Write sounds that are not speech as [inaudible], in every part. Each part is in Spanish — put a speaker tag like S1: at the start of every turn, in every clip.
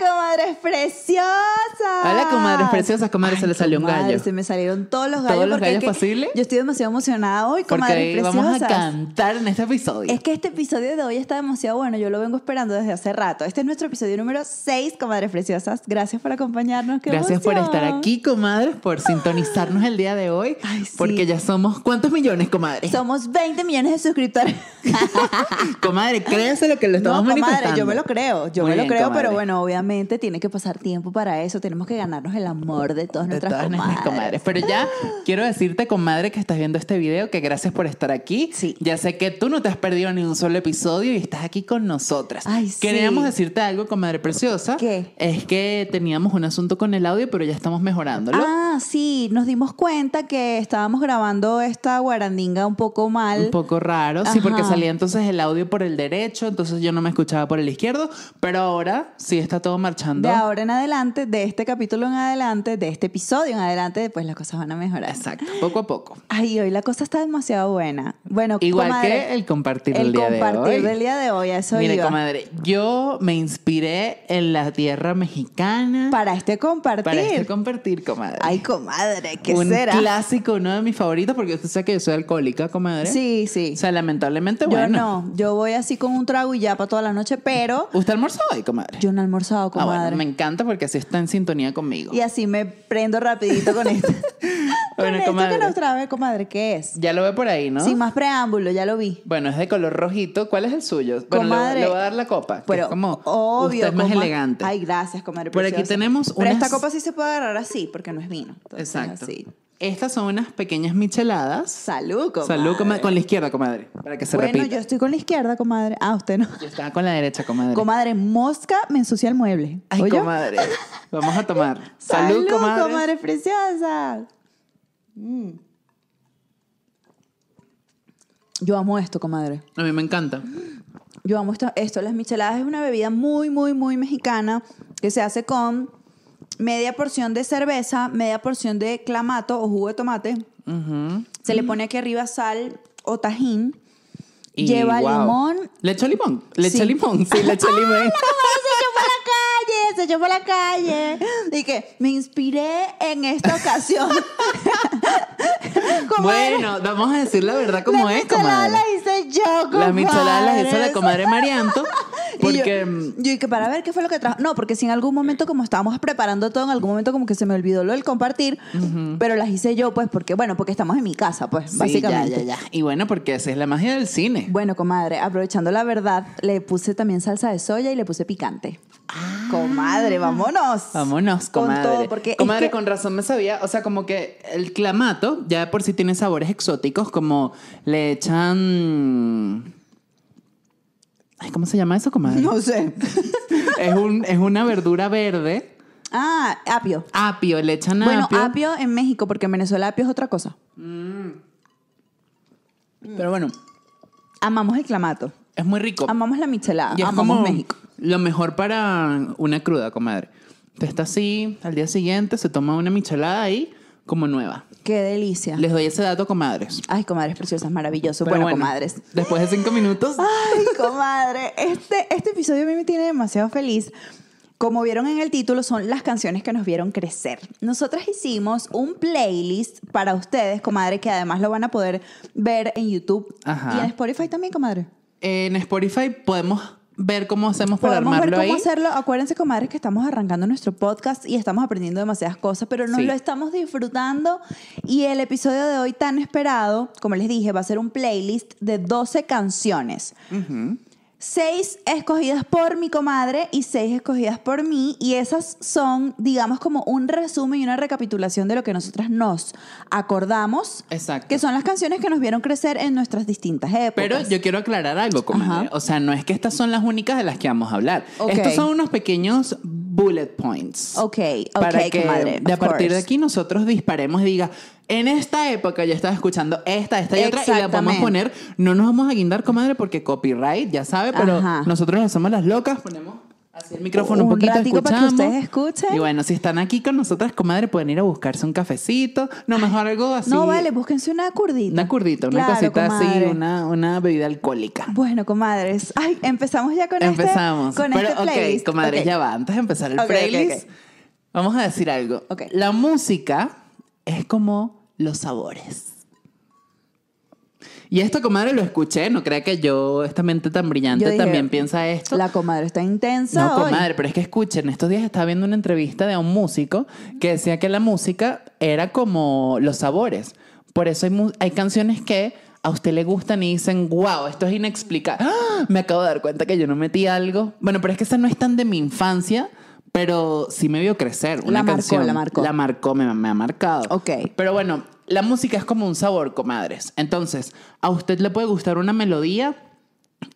S1: comadres preciosas.
S2: Hola, comadres preciosas, comadre,
S1: Ay,
S2: se le salió un
S1: comadre,
S2: gallo.
S1: Se me salieron todos los
S2: ¿Todos
S1: gallos.
S2: los
S1: porque es
S2: gallos
S1: que
S2: posibles?
S1: Yo estoy demasiado emocionada hoy,
S2: Porque
S1: comadres
S2: hoy
S1: preciosas.
S2: vamos a cantar en este episodio.
S1: Es que este episodio de hoy está demasiado bueno, yo lo vengo esperando desde hace rato. Este es nuestro episodio número 6, comadres preciosas. Gracias por acompañarnos. qué
S2: Gracias por
S1: emoción.
S2: estar aquí, comadres, por sintonizarnos el día de hoy.
S1: Ay, sí.
S2: Porque ya somos, ¿cuántos millones, comadre?
S1: Somos 20 millones de suscriptores.
S2: Ah, comadre, créase lo que lo estamos
S1: no, comadre,
S2: manifestando.
S1: yo me lo creo, yo
S2: Muy
S1: me lo
S2: bien,
S1: creo,
S2: comadre.
S1: pero bueno, obviamente tiene que pasar tiempo para eso. Tenemos que ganarnos el amor de todas
S2: De
S1: nuestras
S2: todas
S1: comadres.
S2: nuestras comadres. Pero ya quiero decirte, comadre, que estás viendo este video, que gracias por estar aquí.
S1: Sí.
S2: Ya sé que tú no te has perdido ni un solo episodio y estás aquí con nosotras.
S1: Ay, sí.
S2: Queríamos decirte algo, comadre preciosa.
S1: ¿Qué?
S2: Es que teníamos un asunto con el audio, pero ya estamos mejorándolo.
S1: Ah, sí, nos dimos cuenta que estábamos grabando esta guarandinga un poco mal.
S2: Un poco raro, sí, porque
S1: Ajá.
S2: salía entonces el audio por el derecho, entonces yo no me escuchaba por el izquierdo, pero ahora sí está todo marchando.
S1: De ahora en adelante, de este capítulo en adelante, de este episodio en adelante, pues las cosas van a mejorar.
S2: Exacto, poco a poco.
S1: Ay, hoy la cosa está demasiado buena. Bueno,
S2: Igual
S1: comadre,
S2: que el compartir del
S1: el
S2: día de hoy.
S1: compartir del día de hoy, a eso
S2: Mire,
S1: iba.
S2: comadre, yo me inspiré en la tierra mexicana
S1: Para este compartir.
S2: para este compartir, comadre.
S1: Ay, comadre, ¿qué
S2: un
S1: será?
S2: clásico, uno de mis favoritos, porque usted sabe que yo soy alcohólica, comadre.
S1: Sí, sí.
S2: O sea, lamentablemente,
S1: yo
S2: bueno.
S1: no, yo voy así con un trago y ya para toda la noche, pero
S2: ¿Usted almorzó hoy, comadre?
S1: yo no he almorzado,
S2: ah,
S1: comadre.
S2: bueno, me encanta porque así está en sintonía conmigo.
S1: Y así me prendo rapidito con
S2: [laughs]
S1: esto. con
S2: Bueno,
S1: esto
S2: comadre.
S1: que nos trae, comadre, ¿qué es?
S2: Ya lo ve por ahí, ¿no?
S1: Sin más preámbulo, ya lo vi.
S2: Bueno, es de color rojito. ¿Cuál es el suyo? Bueno, le-
S1: Comadre,
S2: le, voy a dar la copa. que
S1: Pero
S2: es como
S1: obvio,
S2: usted es más
S1: coma-
S2: elegante.
S1: Ay, gracias, comadre.
S2: Por aquí
S1: preciosa.
S2: tenemos
S1: Pero esta
S2: unas-
S1: copa sí se puede agarrar así, porque no es vino. Entonces,
S2: Exacto.
S1: así.
S2: Estas son unas pequeñas micheladas.
S1: Salud, comadre.
S2: Salud, comadre. Con la izquierda, comadre. Para que se
S1: bueno,
S2: repita.
S1: yo estoy con la izquierda, comadre. Ah, usted no.
S2: Yo estaba con la derecha, comadre.
S1: Comadre, mosca me ensucia el mueble.
S2: Ay,
S1: ¿Oyó?
S2: comadre. [laughs] Vamos a tomar.
S1: Salud,
S2: Salud, comadre.
S1: preciosa. Mm. Yo amo esto, comadre.
S2: A mí me encanta.
S1: Yo amo esto, esto. Las micheladas es una bebida muy, muy, muy mexicana que se hace con media porción de cerveza, media porción de clamato o jugo de tomate.
S2: Ujú.
S1: Se le pone aquí arriba sal o tajín.
S2: Mm. Y
S1: Lleva
S2: guau.
S1: limón.
S2: ¿Le echó limón? ¿Le
S1: Sí.
S2: echó limón? Sí, [laughs] le echó limón.
S1: ¡Ah, la comadre se echó por la calle! Se echó por la calle. [laughs] Y que me inspiré en esta ocasión. [laughs] Comadre,
S2: bueno, vamos a decir la verdad como
S1: las
S2: es,
S1: micheladas
S2: comadre.
S1: las hice yo, comadre.
S2: Las micheladas las hizo la comadre [laughs]
S1: Y
S2: Marianto.
S1: yo-
S2: Porque... mm,
S1: yo, y que para ver qué fue lo que trajo. No, porque si en algún momento, como estábamos preparando todo, en algún momento como que se me olvidó lo del compartir, pero las hice yo, pues, porque, bueno, porque estamos en mi casa, pues,
S2: Sí,
S1: básicamente.
S2: ya, ya, ya. Y bueno, porque esa es la magia del cine.
S1: Bueno, comadre, aprovechando la verdad, le puse también salsa de soya y le puse picante. Comadre, vámonos.
S2: Ah. Vámonos, comadre.
S1: Con todo, porque es
S2: comadre,
S1: que-
S2: con razón me sabía. O sea, como que el clamato ya de por sí tiene sabores exóticos, como le echan. Ay, ¿cómo se llama eso, comadre?
S1: [laughs] No sé.
S2: [laughs] Es, un, es una verdura verde.
S1: Ah, apio.
S2: Apio, le echan
S1: Bueno,
S2: Ah, apio.
S1: apio en México, porque en Venezuela apio es otra cosa.
S2: Pero bueno,
S1: Amamos el clamato.
S2: es muy rico.
S1: Amamos la michelada.
S2: Y es
S1: Amamos
S2: como
S1: México.
S2: Lo mejor para una cruda, comadre. Usted está así, al día siguiente se toma una michelada ahí, como nueva.
S1: Qué delicia.
S2: Les doy ese dato, comadres.
S1: Ay, comadres preciosas, maravilloso.
S2: Pero
S1: Bueno, comadres. Ah.
S2: Después de cinco minutos.
S1: Ay, comadre. Este, este episodio a mí me tiene demasiado feliz. Como vieron en el título, son las canciones que nos vieron crecer. Nosotras hicimos un playlist para ustedes, comadre, que además lo van a poder ver en YouTube
S2: Ajá.
S1: y en Spotify también, comadre.
S2: En Spotify podemos ver cómo hacemos para
S1: Podemos ver
S2: armarlo
S1: cómo
S2: ahí.
S1: hacerlo. Acuérdense, comadres, que estamos arrancando nuestro podcast y estamos aprendiendo demasiadas cosas, pero nos
S2: Sí.
S1: lo estamos disfrutando. Y el episodio de hoy tan esperado, como les dije, va a ser un playlist de 12 canciones. Seis escogidas por mi comadre y seis escogidas por mí. Y esas son, digamos, como un resumen y una recapitulación de lo que nosotras nos acordamos.
S2: Exacto.
S1: Que son las canciones que nos vieron crecer en nuestras distintas épocas.
S2: Pero yo quiero aclarar algo, comadre.
S1: Ajá.
S2: O sea, no es que estas son las únicas de las que vamos a hablar.
S1: Ok.
S2: Estos son unos pequeños bullet points.
S1: Ok, ok,
S2: para que
S1: comadre.
S2: de a
S1: of
S2: partir de
S1: course.
S2: aquí nosotros disparemos y diga, en esta época yo estaba escuchando esta, esta y otra, y la vamos a
S1: Exactamente.
S2: poner. No nos vamos a guindar, comadre, porque copyright, ya sabe, pero
S1: Ajá.
S2: nosotros le hacemos las locas, ponemos Así el micrófono un,
S1: Un
S2: poquito
S1: ratico para que
S2: escuchamos.
S1: ustedes escuchen.
S2: Y bueno, si están aquí con nosotras, comadre, pueden ir a buscarse un cafecito. No, mejor algo así.
S1: No, vale, búsquense una curdita.
S2: Una curdita, una
S1: Claro,
S2: cosita así,
S1: comadre.
S2: una, una bebida alcohólica.
S1: Bueno, comadres. Ay, empezamos ya con este-
S2: Empezamos.
S1: con este
S2: Pero, ok,
S1: playlist.
S2: comadre,
S1: Ok.
S2: ya va. Antes de empezar el
S1: Ok, ok,
S2: playlist,
S1: ok.
S2: vamos a decir algo.
S1: Ok.
S2: La música es como los sabores. Y esto, comadre, lo escuché. No crea que yo, esta mente tan brillante,
S1: Yo dije,
S2: también piensa esto.
S1: La comadre está intensa
S2: No,
S1: hoy.
S2: comadre, pero es que escuchen, estos días estaba viendo una entrevista de un músico que decía que la música era como los sabores. Por eso hay, mu- hay canciones que a usted le gustan y dicen, wow, esto es inexplicable. ¡Ah! Me acabo de dar cuenta que yo no metí algo. Bueno, pero es que esa no es tan de mi infancia, pero sí me vio crecer. Una
S1: La marcó,
S2: canción.
S1: la marcó.
S2: La marcó, me, me ha marcado.
S1: Ok.
S2: Pero bueno, la música es como un sabor, comadres. Entonces, a usted le puede gustar una melodía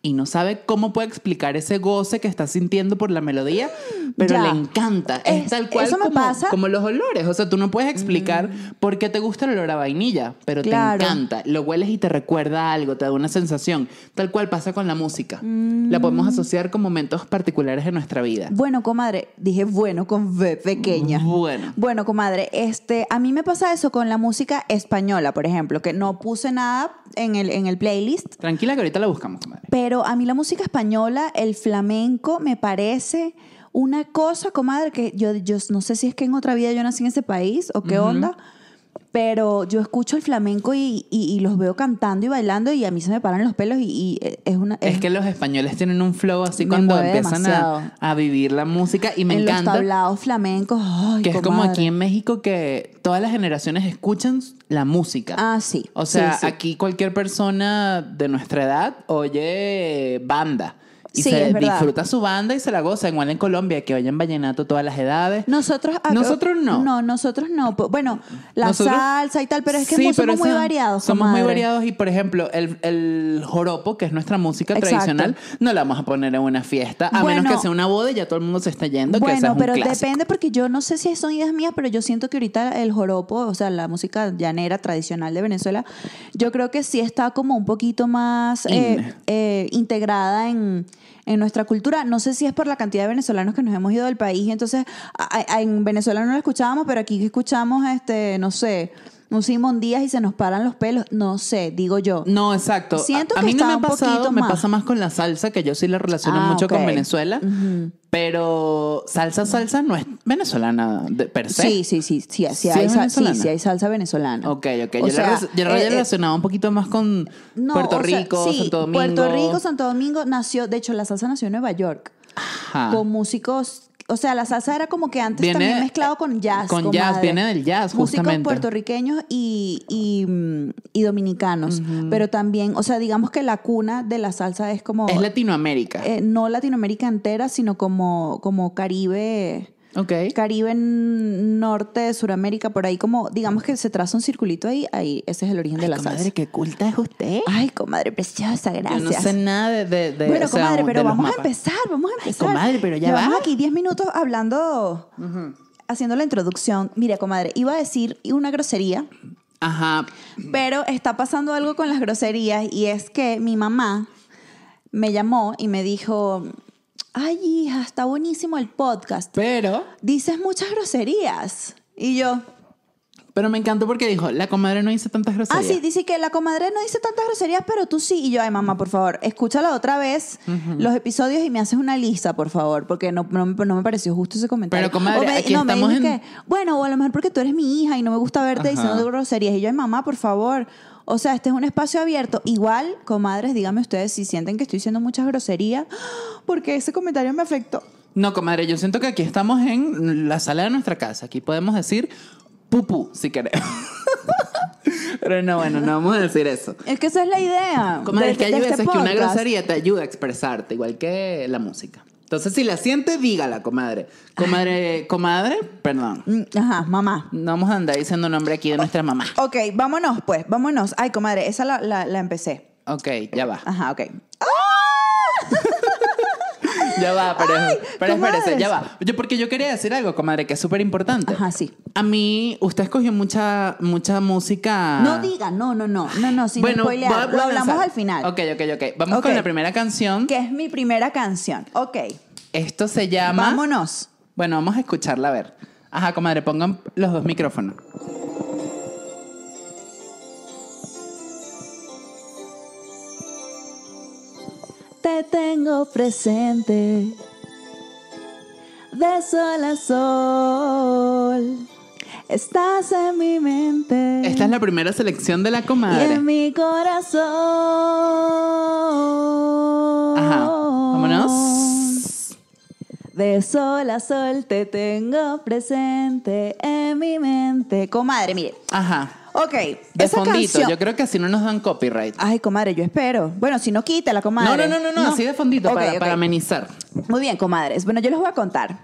S2: y no sabe cómo puede explicar ese goce que está sintiendo por la melodía, pero
S1: Ya.
S2: le encanta. Es,
S1: Es-
S2: tal cual
S1: eso me
S2: como,
S1: pasa. Mm.
S2: como los olores. O sea, tú no puedes explicar por qué te gusta el olor a vainilla, pero
S1: Claro.
S2: te encanta. Lo hueles y te recuerda a algo, te da una sensación. Tal cual pasa con la música. La
S1: Mm.
S2: podemos asociar con momentos particulares de nuestra vida.
S1: Bueno, comadre, dije bueno con V pequeña.
S2: Bueno.
S1: Bueno, comadre, este, a mí me pasa eso con la música española, por ejemplo, que no puse nada en el, en el playlist,
S2: Tranquila que ahorita la buscamos, comadre.
S1: pero a mí la música española, el flamenco, me parece una cosa, comadre, que yo, yo no sé si es que en otra vida yo nací en ese país o qué onda, pero yo escucho el flamenco y, y- y los veo cantando y bailando y a mí se me paran los pelos y, y es una...
S2: Es que los españoles tienen un flow así
S1: Me
S2: cuando
S1: mueve
S2: empiezan
S1: demasiado.
S2: a, a vivir la música y me
S1: en
S2: encanta.
S1: los tablados flamencos, ay,
S2: Que es como
S1: comadre.
S2: aquí en México que todas las generaciones escuchan la música.
S1: Ah, sí.
S2: O sea,
S1: Sí, sí.
S2: aquí cualquier persona de nuestra edad oye banda. Y
S1: Sí,
S2: se
S1: es verdad.
S2: disfruta su banda y se la goza. Igual en Colombia, que oyen vallenato todas las edades.
S1: Nosotros, ah,
S2: Nosotros no.
S1: No, nosotros no. Po- Bueno, la
S2: Nosotros-
S1: salsa y tal, pero es que
S2: Sí,
S1: somos
S2: pero
S1: muy
S2: esa-
S1: variados.
S2: Somos muy
S1: comadre.
S2: variados y, por ejemplo, el, el joropo, que es nuestra música
S1: Exacto.
S2: tradicional, no la vamos a poner en una fiesta. A
S1: Bueno.
S2: menos que sea una boda y ya todo el mundo se está yendo, que esa es
S1: Bueno,
S2: un
S1: pero
S2: clásico.
S1: depende porque yo no sé si son ideas mías, pero yo siento que ahorita el joropo, o sea, la música llanera tradicional de Venezuela, yo creo que sí está como un poquito más eh,
S2: In.
S1: eh, integrada en, en nuestra cultura. No sé si es por la cantidad de venezolanos que nos hemos ido del país y entonces a- a- en Venezuela no lo escuchábamos, pero aquí escuchamos, este, no sé, un Simón Díaz y se nos paran los pelos. No sé, digo yo.
S2: No, exacto.
S1: Siento
S2: a, a
S1: que
S2: mí no
S1: está
S2: me ha
S1: un
S2: pasado,
S1: poquito
S2: me
S1: más.
S2: pasa más con la salsa, que yo sí la relaciono
S1: Ah,
S2: mucho con
S1: ok.
S2: Venezuela. Pero salsa, salsa no es venezolana de per se.
S1: Sí, sí, sí, sí, sí,
S2: ¿Sí
S1: hay,
S2: es
S1: sal- sí,
S2: venezolana?
S1: sí hay salsa venezolana.
S2: Ok, ok.
S1: O
S2: Yo,
S1: sea,
S2: la, re- yo la
S1: eh,
S2: había
S1: eh,
S2: relacionado un poquito más con
S1: no,
S2: Puerto
S1: o sea,
S2: Rico,
S1: sí,
S2: Santo Domingo.
S1: Puerto Rico, Santo Domingo nació, de hecho la salsa nació en Nueva York,
S2: Ajá.
S1: con músicos, o sea, la salsa era como que antes
S2: Ah. Viene-
S1: también mezclado con jazz.
S2: con jazz,
S1: comadre.
S2: viene del jazz, justamente.
S1: Músicos puertorriqueños y, y, mm, y dominicanos, pero también, o sea, digamos que la cuna de la salsa es como,
S2: Es Latinoamérica.
S1: eh, no Latinoamérica entera, sino como, como Caribe.
S2: ok.
S1: Caribe, n- Norte, Suramérica, por ahí como, digamos que se traza un circulito ahí, ahí ese es el origen de la salsa.
S2: Madre, qué culta es usted.
S1: Ay, comadre preciosa, gracias.
S2: Yo no sé nada de. de, de-
S1: bueno,
S2: este, o sea,
S1: comadre,
S2: de
S1: pero
S2: los
S1: vamos a
S2: mapas.
S1: empezar, vamos a empezar.
S2: comadre, pero ya
S1: Llevamos
S2: va.
S1: aquí 10 minutos hablando, haciendo la introducción. Mira, comadre, iba a decir una grosería,
S2: Ajá.
S1: pero está pasando algo con las groserías y es que mi mamá me llamó y me dijo, ay, hija, está buenísimo el podcast.
S2: Pero.
S1: Dices muchas groserías. Y yo,
S2: Pero me encantó porque dijo: La comadre no dice tantas
S1: Ah,
S2: groserías.
S1: sí, dice que la comadre no dice tantas groserías, pero tú sí. Y yo, ay, mamá, por favor, escúchala otra vez los episodios y me haces una lista, por favor, porque no, no, me- no me pareció justo ese comentario.
S2: Pero, comadre,
S1: O me-
S2: aquí
S1: no, me
S2: estamos
S1: dijo
S2: en-
S1: que, bueno, o a lo mejor porque tú eres mi hija y no me gusta verte
S2: Ajá.
S1: diciendo groserías. Y yo, ay, mamá, por favor. O sea, este es un espacio abierto. Igual, comadres, díganme ustedes si sienten que estoy diciendo muchas groserías, [gasps] porque ese comentario me afectó.
S2: No, comadre, yo siento que aquí estamos en la sala de nuestra casa. Aquí podemos decir pupú, si queremos. [laughs] Pero no, bueno, no vamos a decir eso.
S1: Es que esa es la idea.
S2: Comadre,
S1: de-
S2: es que hay
S1: de
S2: veces
S1: este
S2: que una
S1: podcast.
S2: grosería te ayuda a expresarte, igual que la música. Entonces, si la siente, dígala, comadre. Comadre, comadre, perdón.
S1: Mm, Ajá, mamá.
S2: No vamos a andar diciendo nombre aquí de nuestra mamá.
S1: Ok, vámonos pues, vámonos. Ay, comadre, esa la, la, la empecé.
S2: Ok, ya va.
S1: Ajá, ok.
S2: Ya va, pero,
S1: Ay,
S2: pero espérese,
S1: comadres.
S2: ya va. Yo, porque yo quería decir algo, comadre, que es súper importante.
S1: Ajá, sí.
S2: A mí, usted escogió mucha, mucha música.
S1: No diga, no, no, no, no, no, sin spoilear.
S2: Ah. va-
S1: Lo
S2: vamos a
S1: hablamos
S2: lanzar.
S1: al final.
S2: Ok, ok, ok. Vamos
S1: Ok.
S2: con la primera canción.
S1: Que es mi primera canción. Ok.
S2: Esto se llama...
S1: Vámonos.
S2: Bueno, vamos a escucharla, a ver. Ajá, comadre, pongan los dos micrófonos.
S1: Te tengo presente de sol a sol. Estás en mi mente.
S2: Esta es la primera selección de la
S1: y
S2: comadre.
S1: en mi corazón.
S2: Ajá, vámonos.
S1: De sol a sol te tengo presente en mi mente. Comadre, mire.
S2: Ajá.
S1: Ok,
S2: De
S1: esa
S2: fondito,
S1: canción.
S2: yo creo que así no nos dan copyright.
S1: Ay, comadre, yo espero. Bueno, si no, quítala, comadre.
S2: No, no, no, no, no, así de fondito
S1: Ok,
S2: para,
S1: ok.
S2: para amenizar.
S1: Muy bien, comadres. Bueno, yo les voy a contar.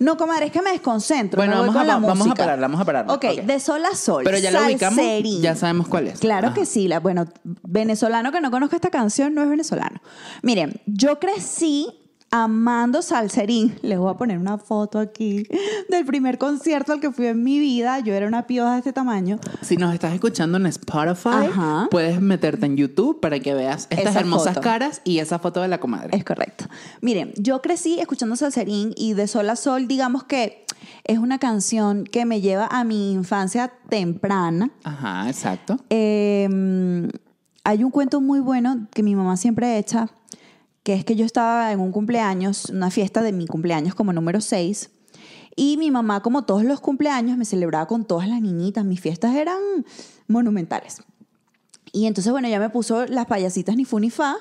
S1: No, comadre, es que me desconcentro.
S2: Bueno,
S1: me voy
S2: vamos a
S1: con la
S2: pa- vamos a
S1: música.
S2: pararla, vamos a pararla.
S1: Ok,
S2: Ok.
S1: de sol a sol.
S2: Pero ya la ubicamos,
S1: salserín.
S2: ya sabemos cuál es.
S1: Claro
S2: Ajá.
S1: que sí. La, bueno, venezolano que no conozca esta canción no es venezolano. Miren, yo crecí amando Salserín. [laughs] Les voy a poner una foto aquí [laughs] del primer concierto al que fui en mi vida. Yo era una pioja de este tamaño.
S2: Si nos estás escuchando en Spotify,
S1: Ajá.
S2: puedes meterte en YouTube para que veas estas
S1: Esa
S2: hermosas
S1: foto.
S2: caras y esa foto de la comadre.
S1: Es correcto. Miren, yo crecí escuchando Salserín y de sol a sol, digamos que es una canción que me lleva a mi infancia temprana.
S2: Ajá, exacto.
S1: Eh, hay un cuento muy bueno que mi mamá siempre echa, que es que yo estaba en un cumpleaños, una fiesta de mi cumpleaños como número 6, y mi mamá, como todos los cumpleaños, me celebraba con todas las niñitas, mis fiestas eran monumentales. Y entonces, bueno, ella me puso las payasitas ni fu ni fa,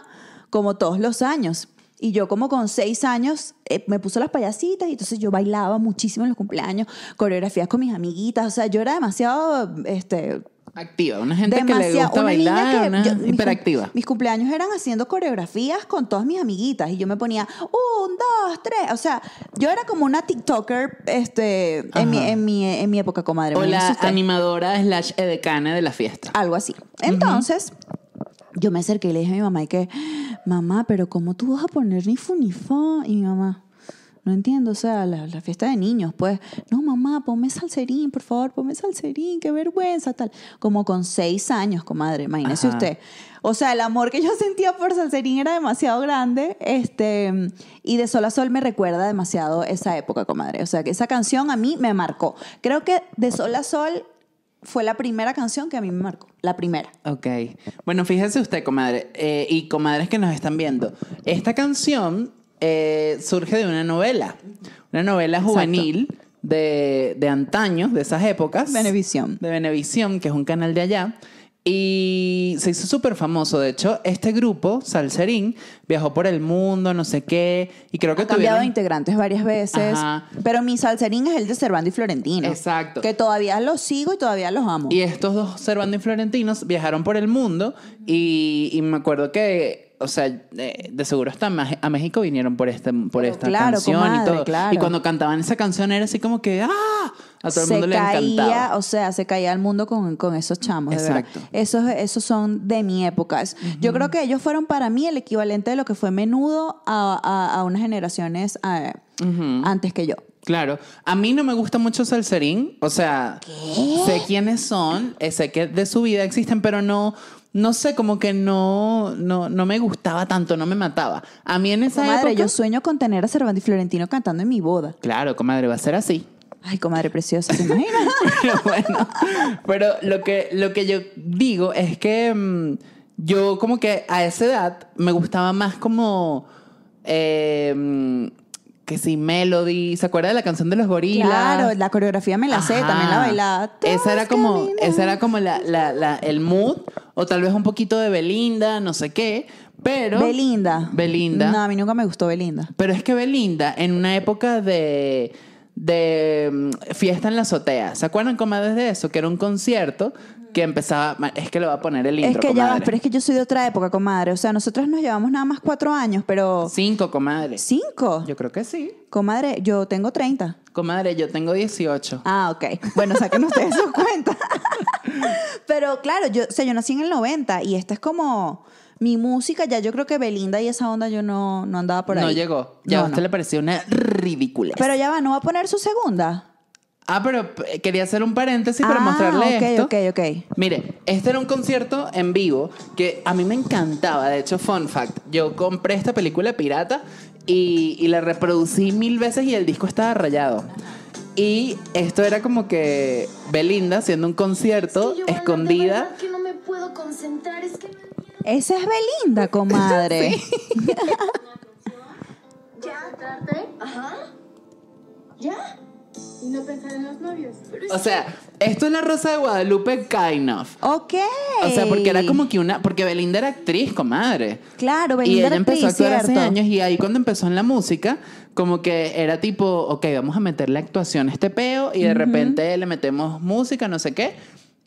S1: como todos los años. Y yo como con seis años eh, me puso las payasitas y entonces yo bailaba muchísimo en los cumpleaños, coreografías con mis amiguitas, o sea, yo era demasiado este,
S2: Activa, una gente que le
S1: Demasiado-
S2: gusta
S1: una niña
S2: bailar,
S1: que-
S2: una
S1: yo- mis cum-
S2: hiperactiva.
S1: Mis, cumpleaños eran haciendo coreografías con todas mis amiguitas y yo me ponía un, dos, tres. O sea, yo era como una TikToker este,
S2: Ajá.
S1: en, mi, en, mi, en mi época, comadre.
S2: O
S1: me
S2: la
S1: dice usted.
S2: animadora slash edecana de la fiesta.
S1: Algo así. Entonces, yo me acerqué y le dije a mi mamá y que, mamá, pero ¿cómo tú vas a poner ni fu ni fa? Y mi mamá, no entiendo, o sea, la, la fiesta de niños, pues, no, mamá, ponme salserín, por favor, ponme salserín, qué vergüenza, tal. Como con seis años, comadre, imagínese
S2: Ajá.
S1: usted. O sea, el amor que yo sentía por salserín era demasiado grande, este, y de sol a sol me recuerda demasiado esa época, comadre. O sea, que esa canción a mí me marcó. Creo que de sol a sol fue la primera canción que a mí me marcó. La primera.
S2: Ok. Bueno, fíjese usted, comadre, eh, y comadres que nos están viendo. Esta canción eh, surge de una novela, una novela juvenil de, de antaño, de esas épocas.
S1: Venevisión.
S2: De Venevisión, que es un canal de allá. Y se hizo súper famoso. De hecho, este grupo, Salserín, viajó por el mundo, no sé qué. Y creo que
S1: Ha cambiado de
S2: tuvieron...
S1: integrantes varias veces.
S2: Ajá.
S1: Pero mi salserín es el de Servando y Florentino.
S2: Exacto.
S1: Que todavía los sigo y todavía los amo.
S2: Y estos dos, Servando y Florentinos, viajaron por el mundo y, y me acuerdo que, o sea, de, de seguro hasta Ma- a México vinieron por, este, por
S1: Pero
S2: esta
S1: claro,
S2: canción y
S1: comadre,
S2: todo.
S1: claro.
S2: Y cuando cantaban esa canción era así como que, ¡ah! A todo el
S1: se
S2: mundo le
S1: caía,
S2: encantaba.
S1: o sea, se caía el mundo con, con esos chamos. de verdad.
S2: Exacto.
S1: Esos, esos son de mi época. Es- Yo creo que ellos fueron para mí el equivalente de lo que fue menudo a, a- a unas generaciones eh, antes que yo.
S2: Claro. A mí no me gusta mucho Salserín. O sea, sé quiénes son, eh, sé que de su vida existen, pero no... No sé, como que no, no, no me gustaba tanto, no me mataba. A mí en esa
S1: Comadre,
S2: época...
S1: yo sueño con tener a Servando y Florentino cantando en mi boda.
S2: Claro, comadre, va a ser así.
S1: Ay, comadre preciosa, ¿se imagina?
S2: [laughs] pero bueno, pero lo que, lo que yo digo es que mm, yo como que a esa edad me gustaba más como... eh, mm, que sí, Melody. ¿Se acuerda de la canción de los gorilas?
S1: Claro, la coreografía me la sé,
S2: Ajá.
S1: también la bailaba.
S2: Esa era como,
S1: Caminar.
S2: esa era como la, la- la- el mood, o tal vez un poquito de Belinda, no sé qué, pero...
S1: Belinda.
S2: Belinda.
S1: No, a mí nunca me gustó Belinda.
S2: Pero es que Belinda, en una época de, de mm, fiesta en la azotea, ¿se acuerdan, comadres, de eso? Que era un concierto que empezaba. ma- Es que le voy a poner el intro.
S1: es que ya vas,
S2: comadre.
S1: pero es que yo soy de otra época, comadre. O sea, nosotros nos llevamos nada más cuatro años, pero.
S2: Cinco, comadre.
S1: ¿Cinco?
S2: Yo creo que sí.
S1: Comadre, yo tengo 30.
S2: Comadre, yo tengo 18.
S1: Ah, ok. Bueno,
S2: [laughs]
S1: saquen ustedes sus cuentas. pero claro, yo, o sea, yo nací en el 90 y esta es como. Mi música, ya yo creo que Belinda y esa onda yo no, no andaba por ahí.
S2: no llegó. Ya a
S1: No,
S2: usted
S1: no.
S2: le pareció una ridícula.
S1: Pero ya va, ¿no va a poner su segunda?
S2: Ah, pero p- quería hacer un paréntesis para
S1: Ah,
S2: mostrarle
S1: ok,
S2: esto.
S1: ok, ok.
S2: Mire, este era un concierto en vivo que a mí me encantaba. De hecho, fun fact, yo compré esta película pirata y, y la reproducí mil veces y el disco estaba rayado. Y esto era como que Belinda haciendo un concierto
S3: Es que yo, Ana, de
S2: escondida.
S3: verdad que no me puedo concentrar, es que me da miedo
S1: Esa es Belinda,
S2: [laughs]
S1: comadre.
S3: concentrarte. Ajá. ¿Ya?
S4: Y no pensar en los novios.
S3: Pero es
S2: O sea, esto es la Rosa de Guadalupe, kind of.
S1: Ok.
S2: O sea, porque era como que una. Porque Belinda era actriz, comadre.
S1: Claro,
S2: y
S1: Belinda
S2: ella
S1: era
S2: empezó a
S1: actriz,
S2: actuar hace
S1: ¿cierto?
S2: años y ahí cuando empezó en la música, como que era tipo, ok, vamos a meterle actuación a este peo y de repente le metemos música, no sé qué.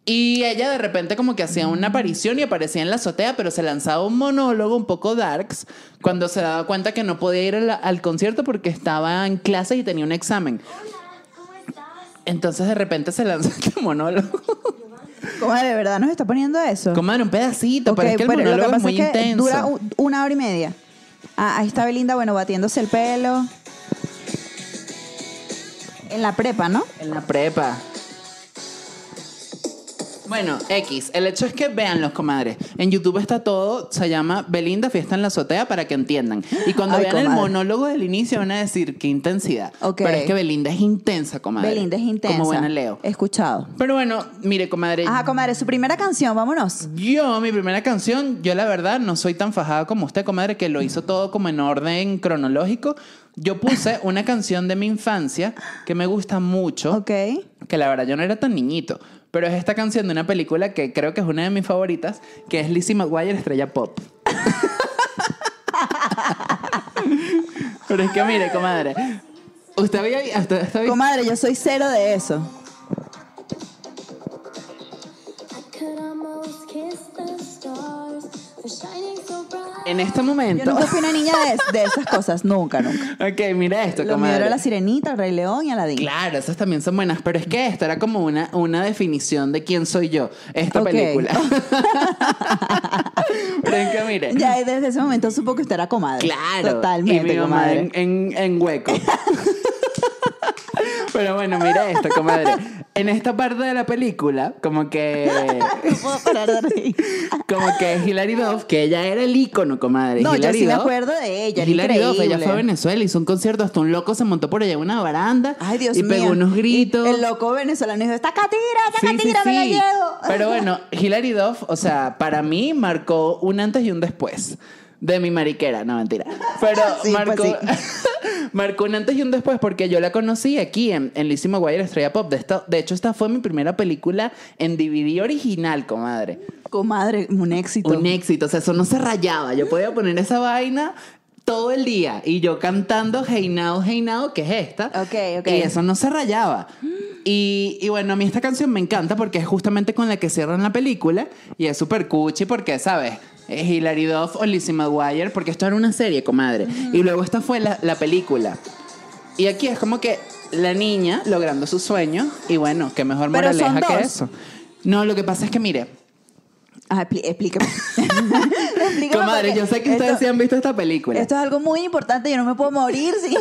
S2: Y ella de repente como que hacía una aparición y aparecía en la azotea, pero se lanzaba un monólogo un poco darks cuando se daba cuenta que no podía ir a la- al concierto porque estaba en clase y tenía un examen.
S3: ¿Cómo estás?
S2: Entonces de repente se lanzó [laughs] este monólogo.
S1: Comadre, de verdad nos está poniendo eso.
S2: Comadre, un pedacito,
S1: Ok,
S2: pero es que el
S1: pero
S2: monólogo es
S1: pasa
S2: muy intenso.
S1: dura u- una hora y media. Ah, ahí está Belinda, bueno, batiéndose el pelo. En la prepa, ¿no?
S2: En la prepa. Bueno, X. El hecho es que vean los comadres. En YouTube está todo. Se llama Belinda Fiesta en la Azotea para que entiendan. Y cuando
S1: Ay,
S2: vean el
S1: comadre.
S2: monólogo del inicio van a decir qué intensidad.
S1: Ok.
S2: Pero es que Belinda es intensa, comadre.
S1: Belinda es intensa.
S2: Como buena Leo.
S1: He escuchado.
S2: Pero bueno, mire, comadre.
S1: Ajá, comadre, su primera canción, vámonos.
S2: Yo, mi primera canción, yo la verdad no soy tan fajada como usted, comadre, que lo hizo todo como en orden cronológico. Yo puse una canción de mi infancia que me gusta mucho
S1: Ok.
S2: que la verdad yo no era tan niñito, pero es esta canción de una película que creo que es una de mis favoritas, que es Lizzie McGuire Estrella Pop. pero es que mire, comadre, usted había usted, usted había-
S1: Comadre, yo soy cero de eso.
S3: I could almost kiss the stars. They're shining so bright.
S2: en este
S1: Yo
S2: momento.
S1: nunca fui una niña de, de esas cosas, nunca, nunca.
S2: ok, mira esto,
S1: Lo mío
S2: comadre.
S1: era la sirenita, el rey león y Aladín.
S2: Claro, esas también son buenas, pero es que esta era como una, una definición de quién soy yo, esta
S1: Ok. [laughs]
S2: película. pero es que mire.
S1: Ya y desde ese momento supo que usted era comadre.
S2: Claro.
S1: Totalmente,
S2: y mi mamá
S1: comadre.
S2: en, en- en hueco. [laughs] Pero bueno, mira esto, comadre. En esta parte de la película, como que.
S1: No puedo parar de
S2: [laughs]
S1: reír.
S2: Como que Hilary Duff, que ella era el ícono, comadre.
S1: No, yo
S2: Hilary
S1: sí me
S2: Duff-
S1: acuerdo de ella, era
S2: Hilary Duff, ella fue a
S1: increíble.
S2: Venezuela, hizo un concierto, hasta un loco se montó por allá en una baranda.
S1: Ay, Dios
S2: y
S1: mío.
S2: pegó unos gritos.
S1: Y el loco venezolano dijo, esta catira, esta catira, me la llevo. [laughs]
S2: Pero bueno, Hilary Duff, o sea, para mí marcó un antes y un después de mi mariquera, no mentira. Pero
S1: [laughs] Sí, pues
S2: marcó,
S1: sí.
S2: [laughs] marcó un antes y un después porque yo la conocí aquí en, en Lizzie McGuire Estrella Pop. De, esta- de hecho, esta fue mi primera película en DVD original, comadre.
S1: Comadre, un éxito.
S2: Un éxito, o sea, eso no se rayaba. Yo podía poner esa vaina todo el día y yo cantando Hey Now, Hey Now, que es esta.
S1: Ok, ok.
S2: Y eso no se rayaba. Y, y bueno, a mí esta canción me encanta porque es justamente con la que cierran la película y es súper cuchi porque, ¿sabes? Es Hilary Duff o Lizzie McGuire, porque esto era una serie, comadre. Y luego esta fue la, la película. Y aquí es como que la niña logrando su sueño y bueno, qué mejor
S1: Pero son
S2: moraleja que
S1: dos.
S2: eso. No, lo que pasa es que mire,
S1: Ajá, Ah, expli- explícame. [laughs] Explícame
S2: Comadre,
S1: porque
S2: yo sé que ustedes
S1: esto-
S2: sí han visto esta película.
S1: Esto es algo muy importante, yo no me puedo morir sin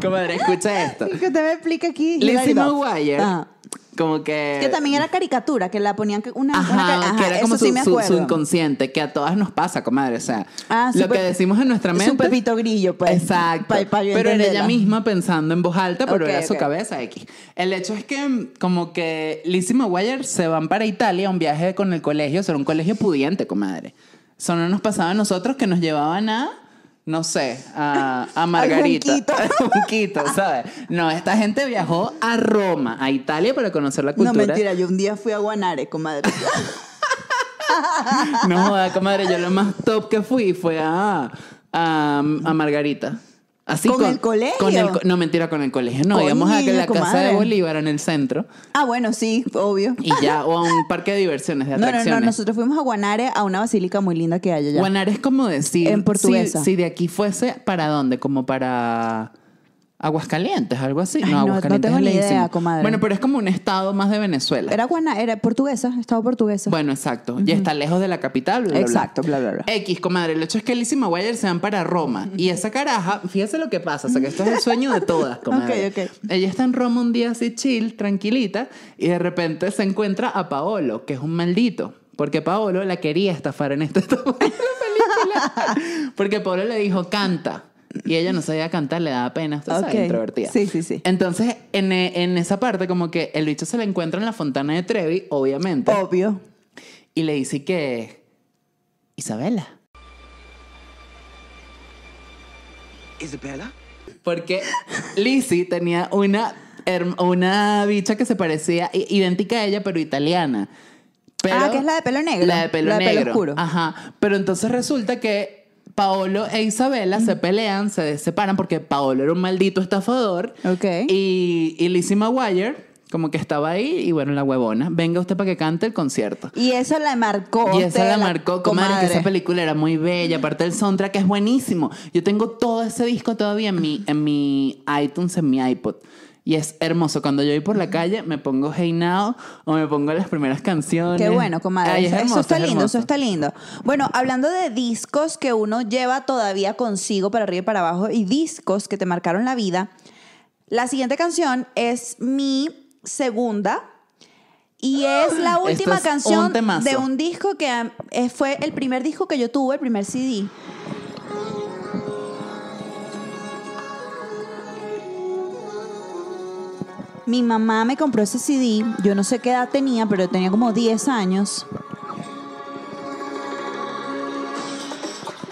S2: Comadre, escucha
S1: [laughs]
S2: esto.
S1: que usted me explique aquí. Hilary
S2: Lizzie
S1: Duff.
S2: McGuire,
S1: Ajá.
S2: como que...
S1: Que Ah. también era caricatura, que la ponían que una,
S2: Ajá,
S1: una ca-
S2: que era como
S1: eso
S2: su,
S1: sí me
S2: su- su
S1: acuerdo.
S2: inconsciente, que a todas nos pasa, comadre. O sea,
S1: Ah,
S2: lo
S1: su
S2: que
S1: pe-
S2: decimos en nuestra mente.
S1: Su pepito grillo, pues.
S2: Exacto.
S1: Pa- pa yo
S2: pero era ella
S1: entenderla.
S2: misma pensando en voz alta, pero
S1: Ok,
S2: era su
S1: ok.
S2: cabeza X. El hecho es que mm, como que Lizzie McGuire se van para Italia a un viaje con el colegio, o sea, era un colegio pudiente, comadre. Eso no nos pasaba a nosotros que nos llevaban a, no sé, a,
S1: [laughs]
S2: a Margarita.
S1: Junquito.
S2: [laughs] A Junquito, ¿sabes? No, esta gente viajó a Roma, a Italia para conocer la
S1: No,
S2: cultura.
S1: mentira, yo un día fui a Guanare, comadre.
S2: No joda, comadre, yo lo más top que fui fue a, a, a Margarita. Así
S1: ¿Con el colegio?
S2: con el co- no, mentira, con el colegio. No,
S1: Coño,
S2: íbamos a que la casa de
S1: comadre.
S2: Bolívar en el centro
S1: Ah, bueno, sí, obvio.
S2: y ya, o a un parque de diversiones, de
S1: No, no,
S2: atracciones.
S1: no, nosotros fuimos a Guanare a una basílica muy linda que hay allá.
S2: Guanar es como decir.
S1: En portuguesa.
S2: Si, si de aquí fuese, ¿para dónde? Como para. Aguascalientes, algo así.
S1: Ay,
S2: no,
S1: no, no
S2: Aguascalientes
S1: tengo
S2: es
S1: ni idea,
S2: lejísimo.
S1: comadre.
S2: Bueno, pero es como un estado más de Venezuela.
S1: Era, guana, era portuguesa, estado portuguesa.
S2: Bueno, exacto. Ya está lejos de la capital. bla, bla, bla.
S1: Exacto, bla, bla, bla.
S2: X, comadre. El hecho es que Liz y Maguire se van para Roma. Y esa caraja, fíjese lo que pasa. O sea, que esto es el sueño
S1: [laughs]
S2: de todas, comadre.
S1: Ok, ok.
S2: Ella está en Roma un día así chill, tranquilita. Y de repente se encuentra a Paolo, que es un maldito. Porque Paolo la quería estafar en este [laughs] esta esta
S1: [laughs]
S2: película. Porque Paolo le dijo, canta. Y ella no sabía cantar, le daba pena. Usted sabe,
S1: Ok.
S2: introvertida.
S1: Sí, sí, sí.
S2: Entonces, en, en esa parte, como que el bicho se la encuentra en la fontana de Trevi, obviamente.
S1: Obvio. Ah,
S2: Y le dice que... Isabela.
S5: Isabella?
S2: Porque Lizzie tenía una, herm- una bicha que se parecía i- idéntica a ella, pero italiana. Pero-
S1: Ah, que es la de pelo negro.
S2: La de pelo
S1: La de pelo
S2: negro.
S1: oscuro.
S2: Ajá. Pero entonces resulta que Paolo e Isabela se pelean, se separan, porque Paolo era un maldito estafador.
S1: Ok.
S2: Y, y Lizzie Maguire, como que estaba ahí, y bueno, la huevona. Venga usted para que cante el concierto.
S1: Y eso la marcó.
S2: Y
S1: a
S2: esa
S1: usted,
S2: la marcó, comadre, que esa película era muy bella. Aparte del soundtrack es buenísimo. Yo tengo todo ese disco todavía en mi, en mi iTunes, en mi iPod. Y es hermoso. Cuando yo voy por la calle, me pongo Hey Now o me pongo las primeras canciones.
S1: Qué bueno, comadre.
S2: Ay, es
S1: eso, eso
S2: hermoso,
S1: está
S2: es
S1: lindo,
S2: hermoso.
S1: eso está lindo. Bueno, hablando de discos que uno lleva todavía consigo para arriba y para abajo y discos que te marcaron la vida, la siguiente canción es mi segunda y es
S2: [gasps]
S1: la última
S2: es un
S1: canción
S2: temazo.
S1: de un disco que ah, eh, fue el primer disco que yo tuve, el primer CD. Mi mamá me compró ese CD, yo no sé qué edad tenía, pero tenía como 10 años.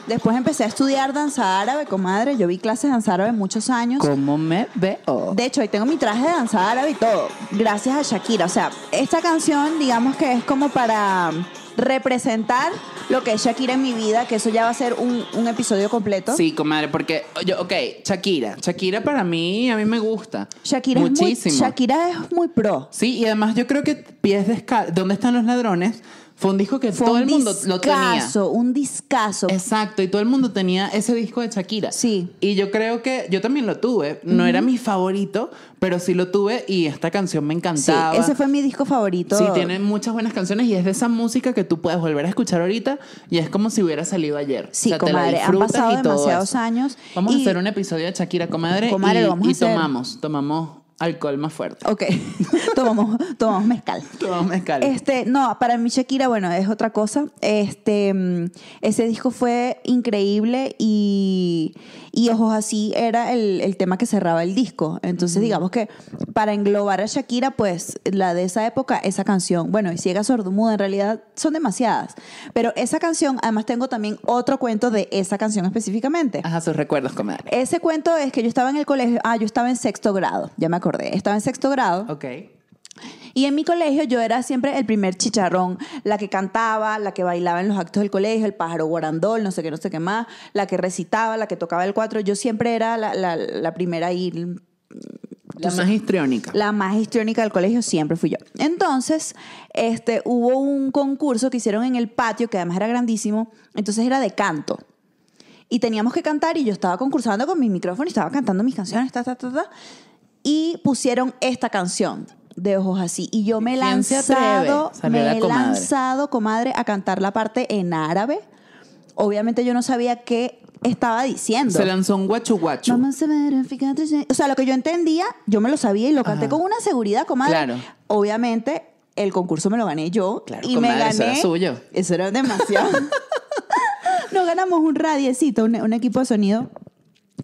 S1: Después empecé a estudiar danza árabe, comadre. Yo vi clases de danza árabe muchos años.
S2: ¿Cómo me veo?
S1: De hecho, hoy tengo mi traje de danza árabe y todo, gracias a Shakira. O sea, esta canción, digamos que es como para representar lo que es Shakira en mi vida, que eso ya va a ser un, un episodio completo.
S2: Sí, comadre, porque yo, ok, Shakira. Shakira para mí, a mí me gusta.
S1: Shakira
S2: Muchísimo.
S1: es muy, Shakira es muy pro.
S2: Sí, y además yo creo que Pies Descalzos, ¿Dónde están los ladrones? Fue un disco que
S1: Fue
S2: todo
S1: un
S2: el mundo lo tenía.
S1: discazo, un discazo.
S2: Exacto, y todo el mundo tenía ese disco de Shakira.
S1: Sí.
S2: Y yo creo que yo también lo tuve. No era mi favorito, pero sí lo tuve y esta canción me
S1: Sí,
S2: encantaba.
S1: ese fue mi disco favorito.
S2: Sí, tiene muchas buenas canciones y es de esa música que tú puedes volver a escuchar ahorita y es como si hubiera salido ayer.
S1: Sí,
S2: te la
S1: comadre, han
S2: disfrutas
S1: pasado
S2: y todo
S1: demasiados
S2: eso.
S1: años
S2: Vamos a
S1: y-
S2: hacer un episodio de Shakira, comadre,
S1: Comadre,
S2: y,
S1: lo vamos a
S2: y
S1: hacer.
S2: tomamos, tomamos alcohol
S1: [laughs]
S2: más fuerte.
S1: Ok, tomamos, tomamos mezcal.
S2: Tomamos
S1: [laughs]
S2: mezcal.
S1: Este, no, para mí Shakira, bueno, es otra cosa. Este, mm, ese disco fue increíble y, y Ojos Así era el, el tema que cerraba el disco. Entonces, digamos que para englobar a Shakira, pues la de esa época, esa canción, bueno, y Ciega Sordomuda, en realidad son demasiadas. Pero esa canción, además tengo también otro cuento de esa canción específicamente.
S2: Ajá, sus recuerdos, comadre.
S1: Ese cuento es que yo estaba en el colegio, ah, yo estaba en sexto grado, ya me acordé, estaba en sexto grado.
S2: Ok.
S1: Y en mi colegio yo era siempre el primer chicharrón, la que cantaba, la que bailaba en los actos del colegio, el pájaro guarandol, no sé qué, no sé qué más, la que recitaba, la que tocaba el cuatro. Yo siempre era la, la- la primera ahí,
S2: La más histriónica.
S1: la más histriónica del colegio siempre fui yo. Entonces, este, hubo un concurso que hicieron en el patio, que además era grandísimo, entonces era de canto. Y teníamos que cantar y yo estaba concursando con mi micrófono y estaba cantando mis canciones, ta, ta, ta, ta. Y pusieron esta canción de Ojos Así. Y yo me he
S2: ¿Quién se atreve?
S1: lanzado,
S2: Salió
S1: me
S2: la
S1: he
S2: comadre.
S1: lanzado, comadre, a cantar la parte en árabe. Obviamente yo no sabía qué estaba diciendo.
S2: Se lanzó un guachu guachu.
S1: Vamos a ver, fíjate, sí. O sea, lo que yo entendía, yo me lo sabía y lo canté
S2: Ajá.
S1: con una seguridad, comadre.
S2: Claro.
S1: Obviamente, el concurso me lo gané yo.
S2: Claro,
S1: y me
S2: comadre,
S1: gané.
S2: eso era suyo.
S1: Eso era
S2: [laughs]
S1: demasiado. Nos ganamos un radiecito, un, un equipo de sonido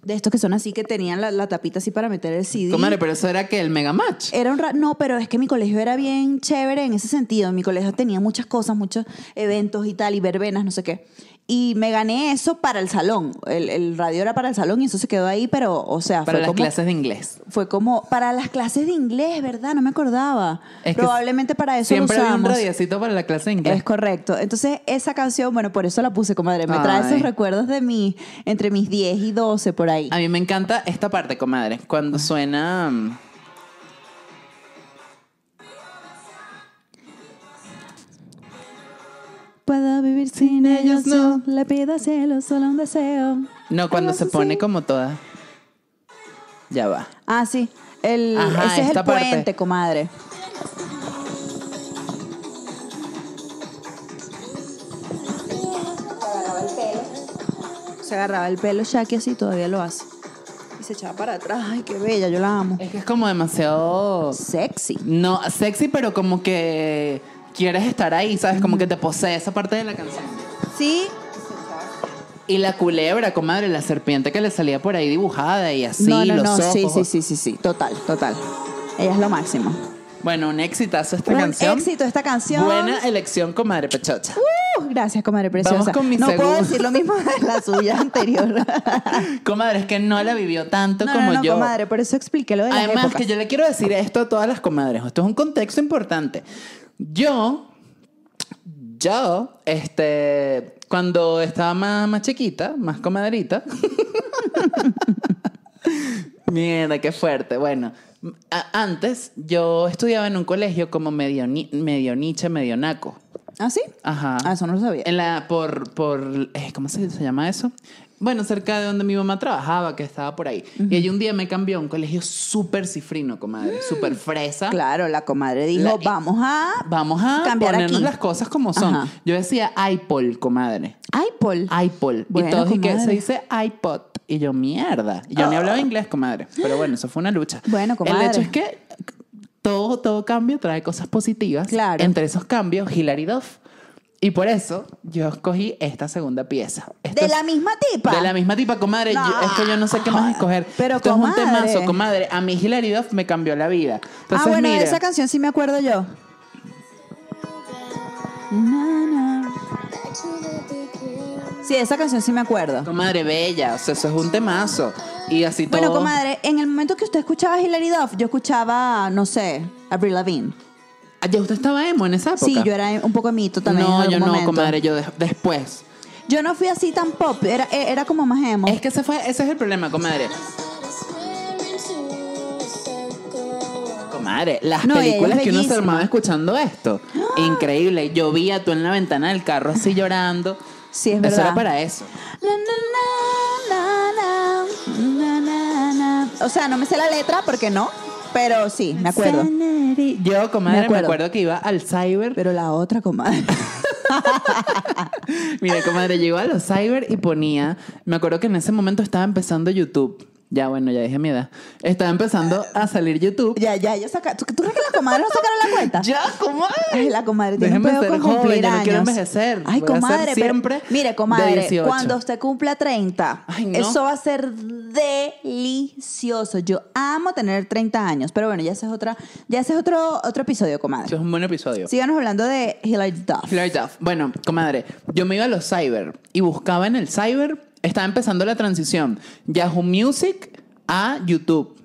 S1: de estos que son así, que tenían la, la tapita así para meter el CD.
S2: Comadre, pero eso era que el mega match.
S1: Era un ra- no, pero es que mi colegio era bien chévere en ese sentido. Mi colegio tenía muchas cosas, muchos eventos y tal, y verbenas, no sé qué. Y me gané eso para el salón. El, el radio era para el salón y eso se quedó ahí, pero, o sea,
S2: para
S1: Ah, fue,
S2: las
S1: como,
S2: clases de inglés.
S1: fue como para las clases de inglés, ¿verdad? No me acordaba.
S2: Es que
S1: Probablemente para eso lo
S2: Siempre había un
S1: usamos.
S2: radiacito para la clase de inglés.
S1: Es correcto. Entonces, esa canción, bueno, por eso la puse, comadre. Me trae
S2: Ay.
S1: esos recuerdos de mí, entre mis 10 y 12, por ahí.
S2: A mí me encanta esta parte, comadre.
S1: Ah.
S2: Cuando suena. mm,
S1: Puedo vivir sin ellos, no. Le pido al cielo solo un deseo.
S2: No, cuando
S1: Algo
S2: se
S1: así.
S2: pone como toda. Ya va.
S1: Ah, sí. El,
S2: Ajá,
S1: ese es
S2: esta
S1: el
S2: parte.
S1: puente, comadre. Se agarraba el pelo Shaki así, todavía lo hace. Y se echaba para atrás. Ay, qué bella, yo la amo.
S2: Es que es como demasiado.
S1: Sexy.
S2: No, sexy, pero como que quieres estar ahí, ¿sabes? Como que te posee esa parte de la canción.
S1: Sí,
S2: Y la culebra, comadre, la serpiente que le salía por ahí dibujada y así,
S1: no, no,
S2: los
S1: no.
S2: ojos.
S1: Sí, sí, sí, sí, sí. Total, total. Ella es lo máximo.
S2: Bueno, un exitazo esta
S1: Un
S2: canción.
S1: éxito esta canción.
S2: Buena elección, comadre Pechocha.
S1: Uh, gracias, comadre preciosa.
S2: con mi
S1: no puedo
S2: segunda.
S1: decir lo mismo de la
S2: [laughs]
S1: suya anterior.
S2: Comadre, es que no la vivió tanto
S1: no,
S2: como
S1: no, no,
S2: yo.
S1: comadre, por eso expliqué lo de las
S2: Además,
S1: épocas.
S2: que yo le quiero decir esto a todas las comadres. Esto es un contexto importante. Yo, yo, este, cuando estaba más, más chiquita, más comadrita. [laughs] Mierda, qué fuerte. Bueno, a- antes yo estudiaba en un colegio como medio, ni- medio niche, medio naco.
S1: ¿Ah, sí?
S2: Ajá.
S1: Ah, eso no lo sabía.
S2: En la, por, por, eh, ¿cómo se, se llama eso? Bueno, cerca de donde mi mamá trabajaba, que estaba por ahí. Y ella un día me cambió a un colegio súper cifrino, comadre, súper fresa.
S1: Mm, Claro, la comadre dijo,
S2: La-
S1: vamos a...
S2: Vamos a
S1: Cambiar
S2: ponernos
S1: aquí.
S2: las cosas como son.
S1: Ajá.
S2: Yo decía iPod, comadre.
S1: Ay, Paul.
S2: iPod.
S1: Bueno,
S2: y todos, y que
S1: comadre.
S2: se dice iPod. Y yo, mierda. Y Yo ni hablaba inglés, comadre. Pero bueno, eso fue una lucha.
S1: Bueno, comadre.
S2: El hecho es que todo, todo cambio trae cosas positivas.
S1: Claro.
S2: Entre esos cambios, Hilary Duff. Y por eso yo escogí esta segunda pieza. Esto
S1: ¿De
S2: es-
S1: la misma tipa?
S2: De la misma tipa, comadre.
S1: No,
S2: Yo- es que yo no sé qué más escoger.
S1: pero,
S2: Esto es un
S1: comadre.
S2: temazo, comadre. A mí Hilary Duff me cambió la vida. Entonces,
S1: ah, bueno, de
S2: mira,
S1: esa canción sí me acuerdo yo. Na, na.
S3: Back to the beginning.
S1: Sí, de esa canción sí me acuerdo.
S2: comadre bella. O sea, eso es un temazo. Y así
S1: Bueno,
S2: todo.
S1: comadre, en el momento que usted escuchaba a Hilary Duff, yo escuchaba, no sé, Avril Lavigne.
S2: Ah, ya usted estaba emo en esa época.
S1: Sí, yo era un poco mito también en
S2: No,
S1: algún
S2: yo no,
S1: momento.
S2: comadre, yo de- después.
S1: Yo no fui así tan pop, era, eh, era como más emo.
S2: Es que ese, fue, ese es el problema, comadre.
S3: Started swearing to a circle.
S2: Comadre, las
S1: No, y ella
S2: películas
S1: es
S2: que uno se
S1: bellísima.
S2: armaba escuchando
S1: [gasps]
S2: esto. Increíble. Llovía tú en la ventana del carro así llorando.
S1: Sí, es
S2: Eso
S1: verdad.
S2: era para eso.
S1: La, na, na, na, na, na, na. O sea, no me sé la letra porque no, pero sí, me acuerdo.
S2: Yo, comadre, me
S1: Me
S2: acuerdo,
S1: acuerdo.
S2: que iba al cyber.
S1: Pero la otra, comadre. [laughs]
S2: Mira, comadre, yo iba a los cyber y ponía. Me acuerdo que en ese momento estaba empezando YouTube. Ya, bueno, ya dije mi edad. Estaba empezando a salir YouTube.
S1: ya, ya, ya saca. ¿Tú, tú crees que las comadres no sacaron la cuenta?
S2: Ya, comadre.
S1: Ay, la comadre tiene
S2: Déjeme
S1: un pedo
S2: ser
S1: con
S2: joven,
S1: cumplir
S2: yo no
S1: años.
S2: quiero envejecer.
S1: Ay,
S2: Voy a ser
S1: comadre, pero-
S2: siempre de
S1: mire, comadre,
S2: 18.
S1: cuando usted cumpla 30,
S2: Ay, no.
S1: eso va a ser delicioso. Yo amo tener 30 años, pero bueno, ya ese es otra, ya ese es otro otro episodio, comadre.
S2: Eso es un buen episodio.
S1: Síganos hablando de Hilary Duff.
S2: Flare Duff. Bueno, comadre, yo me iba a los cyber y buscaba en el cyber, estaba empezando la transición, Yahoo Music a YouTube.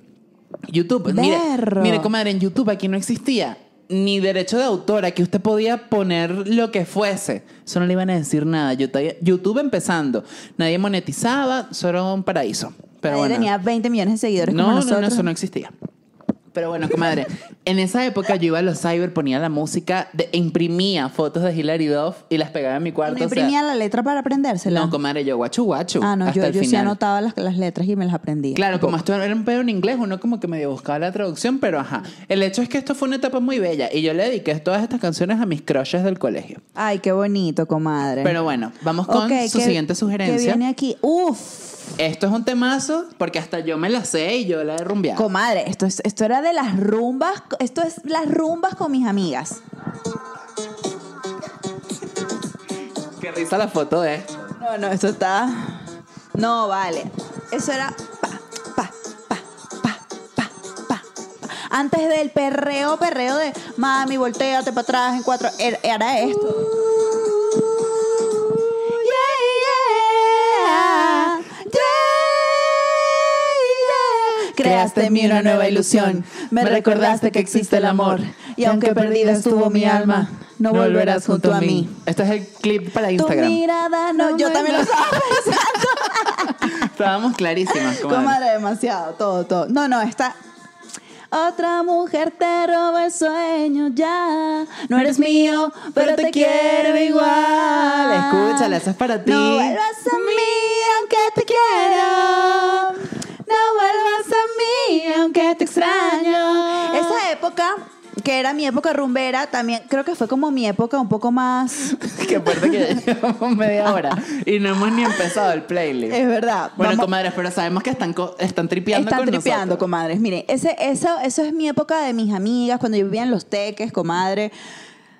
S2: YouTube, pues, mire,
S1: Berro.
S2: mire, comadre, en YouTube aquí no existía ni derecho de autor, aquí usted podía poner lo que fuese. Eso no le iban a decir nada. Yo todavía- YouTube empezando, nadie monetizaba, solo era un paraíso. Pero
S1: Nadie
S2: bueno.
S1: tenía 20 millones de seguidores
S2: No,
S1: como
S2: no,
S1: nosotros.
S2: no, eso no existía. Pero bueno, comadre, en esa época yo iba a los cyber, ponía la música, de- e imprimía fotos de Hilary Duff y las pegaba en mi
S1: ¿No
S2: cuarto. o sea,
S1: imprimía la letra para aprendérsela.
S2: no, comadre, yo guachu guachu.
S1: Ah, no,
S2: hasta
S1: yo,
S2: el
S1: yo sí
S2: final.
S1: anotaba las, las letras y me las aprendía.
S2: Claro, como esto era un pedo en inglés, uno como que medio buscaba la traducción, pero ajá. El hecho es que esto fue una etapa muy bella y yo le dediqué todas estas canciones a mis crushes del colegio.
S1: Ay, qué bonito, comadre.
S2: Pero bueno, vamos con
S1: Ok,
S2: su
S1: ¿qué-
S2: siguiente
S1: ¿Qué
S2: sugerencia.
S1: viene aquí? Uf,
S2: Esto es un temazo porque hasta yo me la sé y yo la he rumbeado.
S1: comadre, esto, es, esto era de las rumbas. Esto es las rumbas con mis amigas.
S2: Qué risa la foto eh. de esto.
S1: No, no, esto está. No, vale. Eso era. Pa, pa, pa, pa, pa, pa, pa. Antes del perreo, perreo de mami, volteate para atrás en cuatro. Era, era esto. Yeah, yeah. Yeah, yeah. Creaste en mí una nueva ilusión. Me recordaste que existe el amor. Y aunque perdida estuvo mi alma, no volverás junto a mí.
S2: Este es el clip para
S1: Tu
S2: Instagram.
S1: mirada no, yo también [laughs] lo sabía.
S2: Estábamos clarísimas, comadre.
S1: Comadre, demasiado, todo, todo. No, no, está. Otra mujer te roba el sueño ya. No eres mío, pero te quiero igual.
S2: Escúchala, eso es para ti.
S1: No vuelvas a mí aunque te quiero. No vuelvas a mí que era mi época rumbera, también creo que fue como mi época un poco más...
S2: [laughs] que aparte que ya llevamos media hora y no hemos ni empezado el
S1: [laughs]
S2: playlist.
S1: Es verdad.
S2: Bueno,
S1: Eh, vamos-
S2: comadres, pero sabemos que están, co- están tripeando
S1: Están
S2: con
S1: tripeando,
S2: nosotros.
S1: comadres. Miren, ese, eso, eso es mi época de mis amigas, cuando yo vivía en Los Teques, comadre.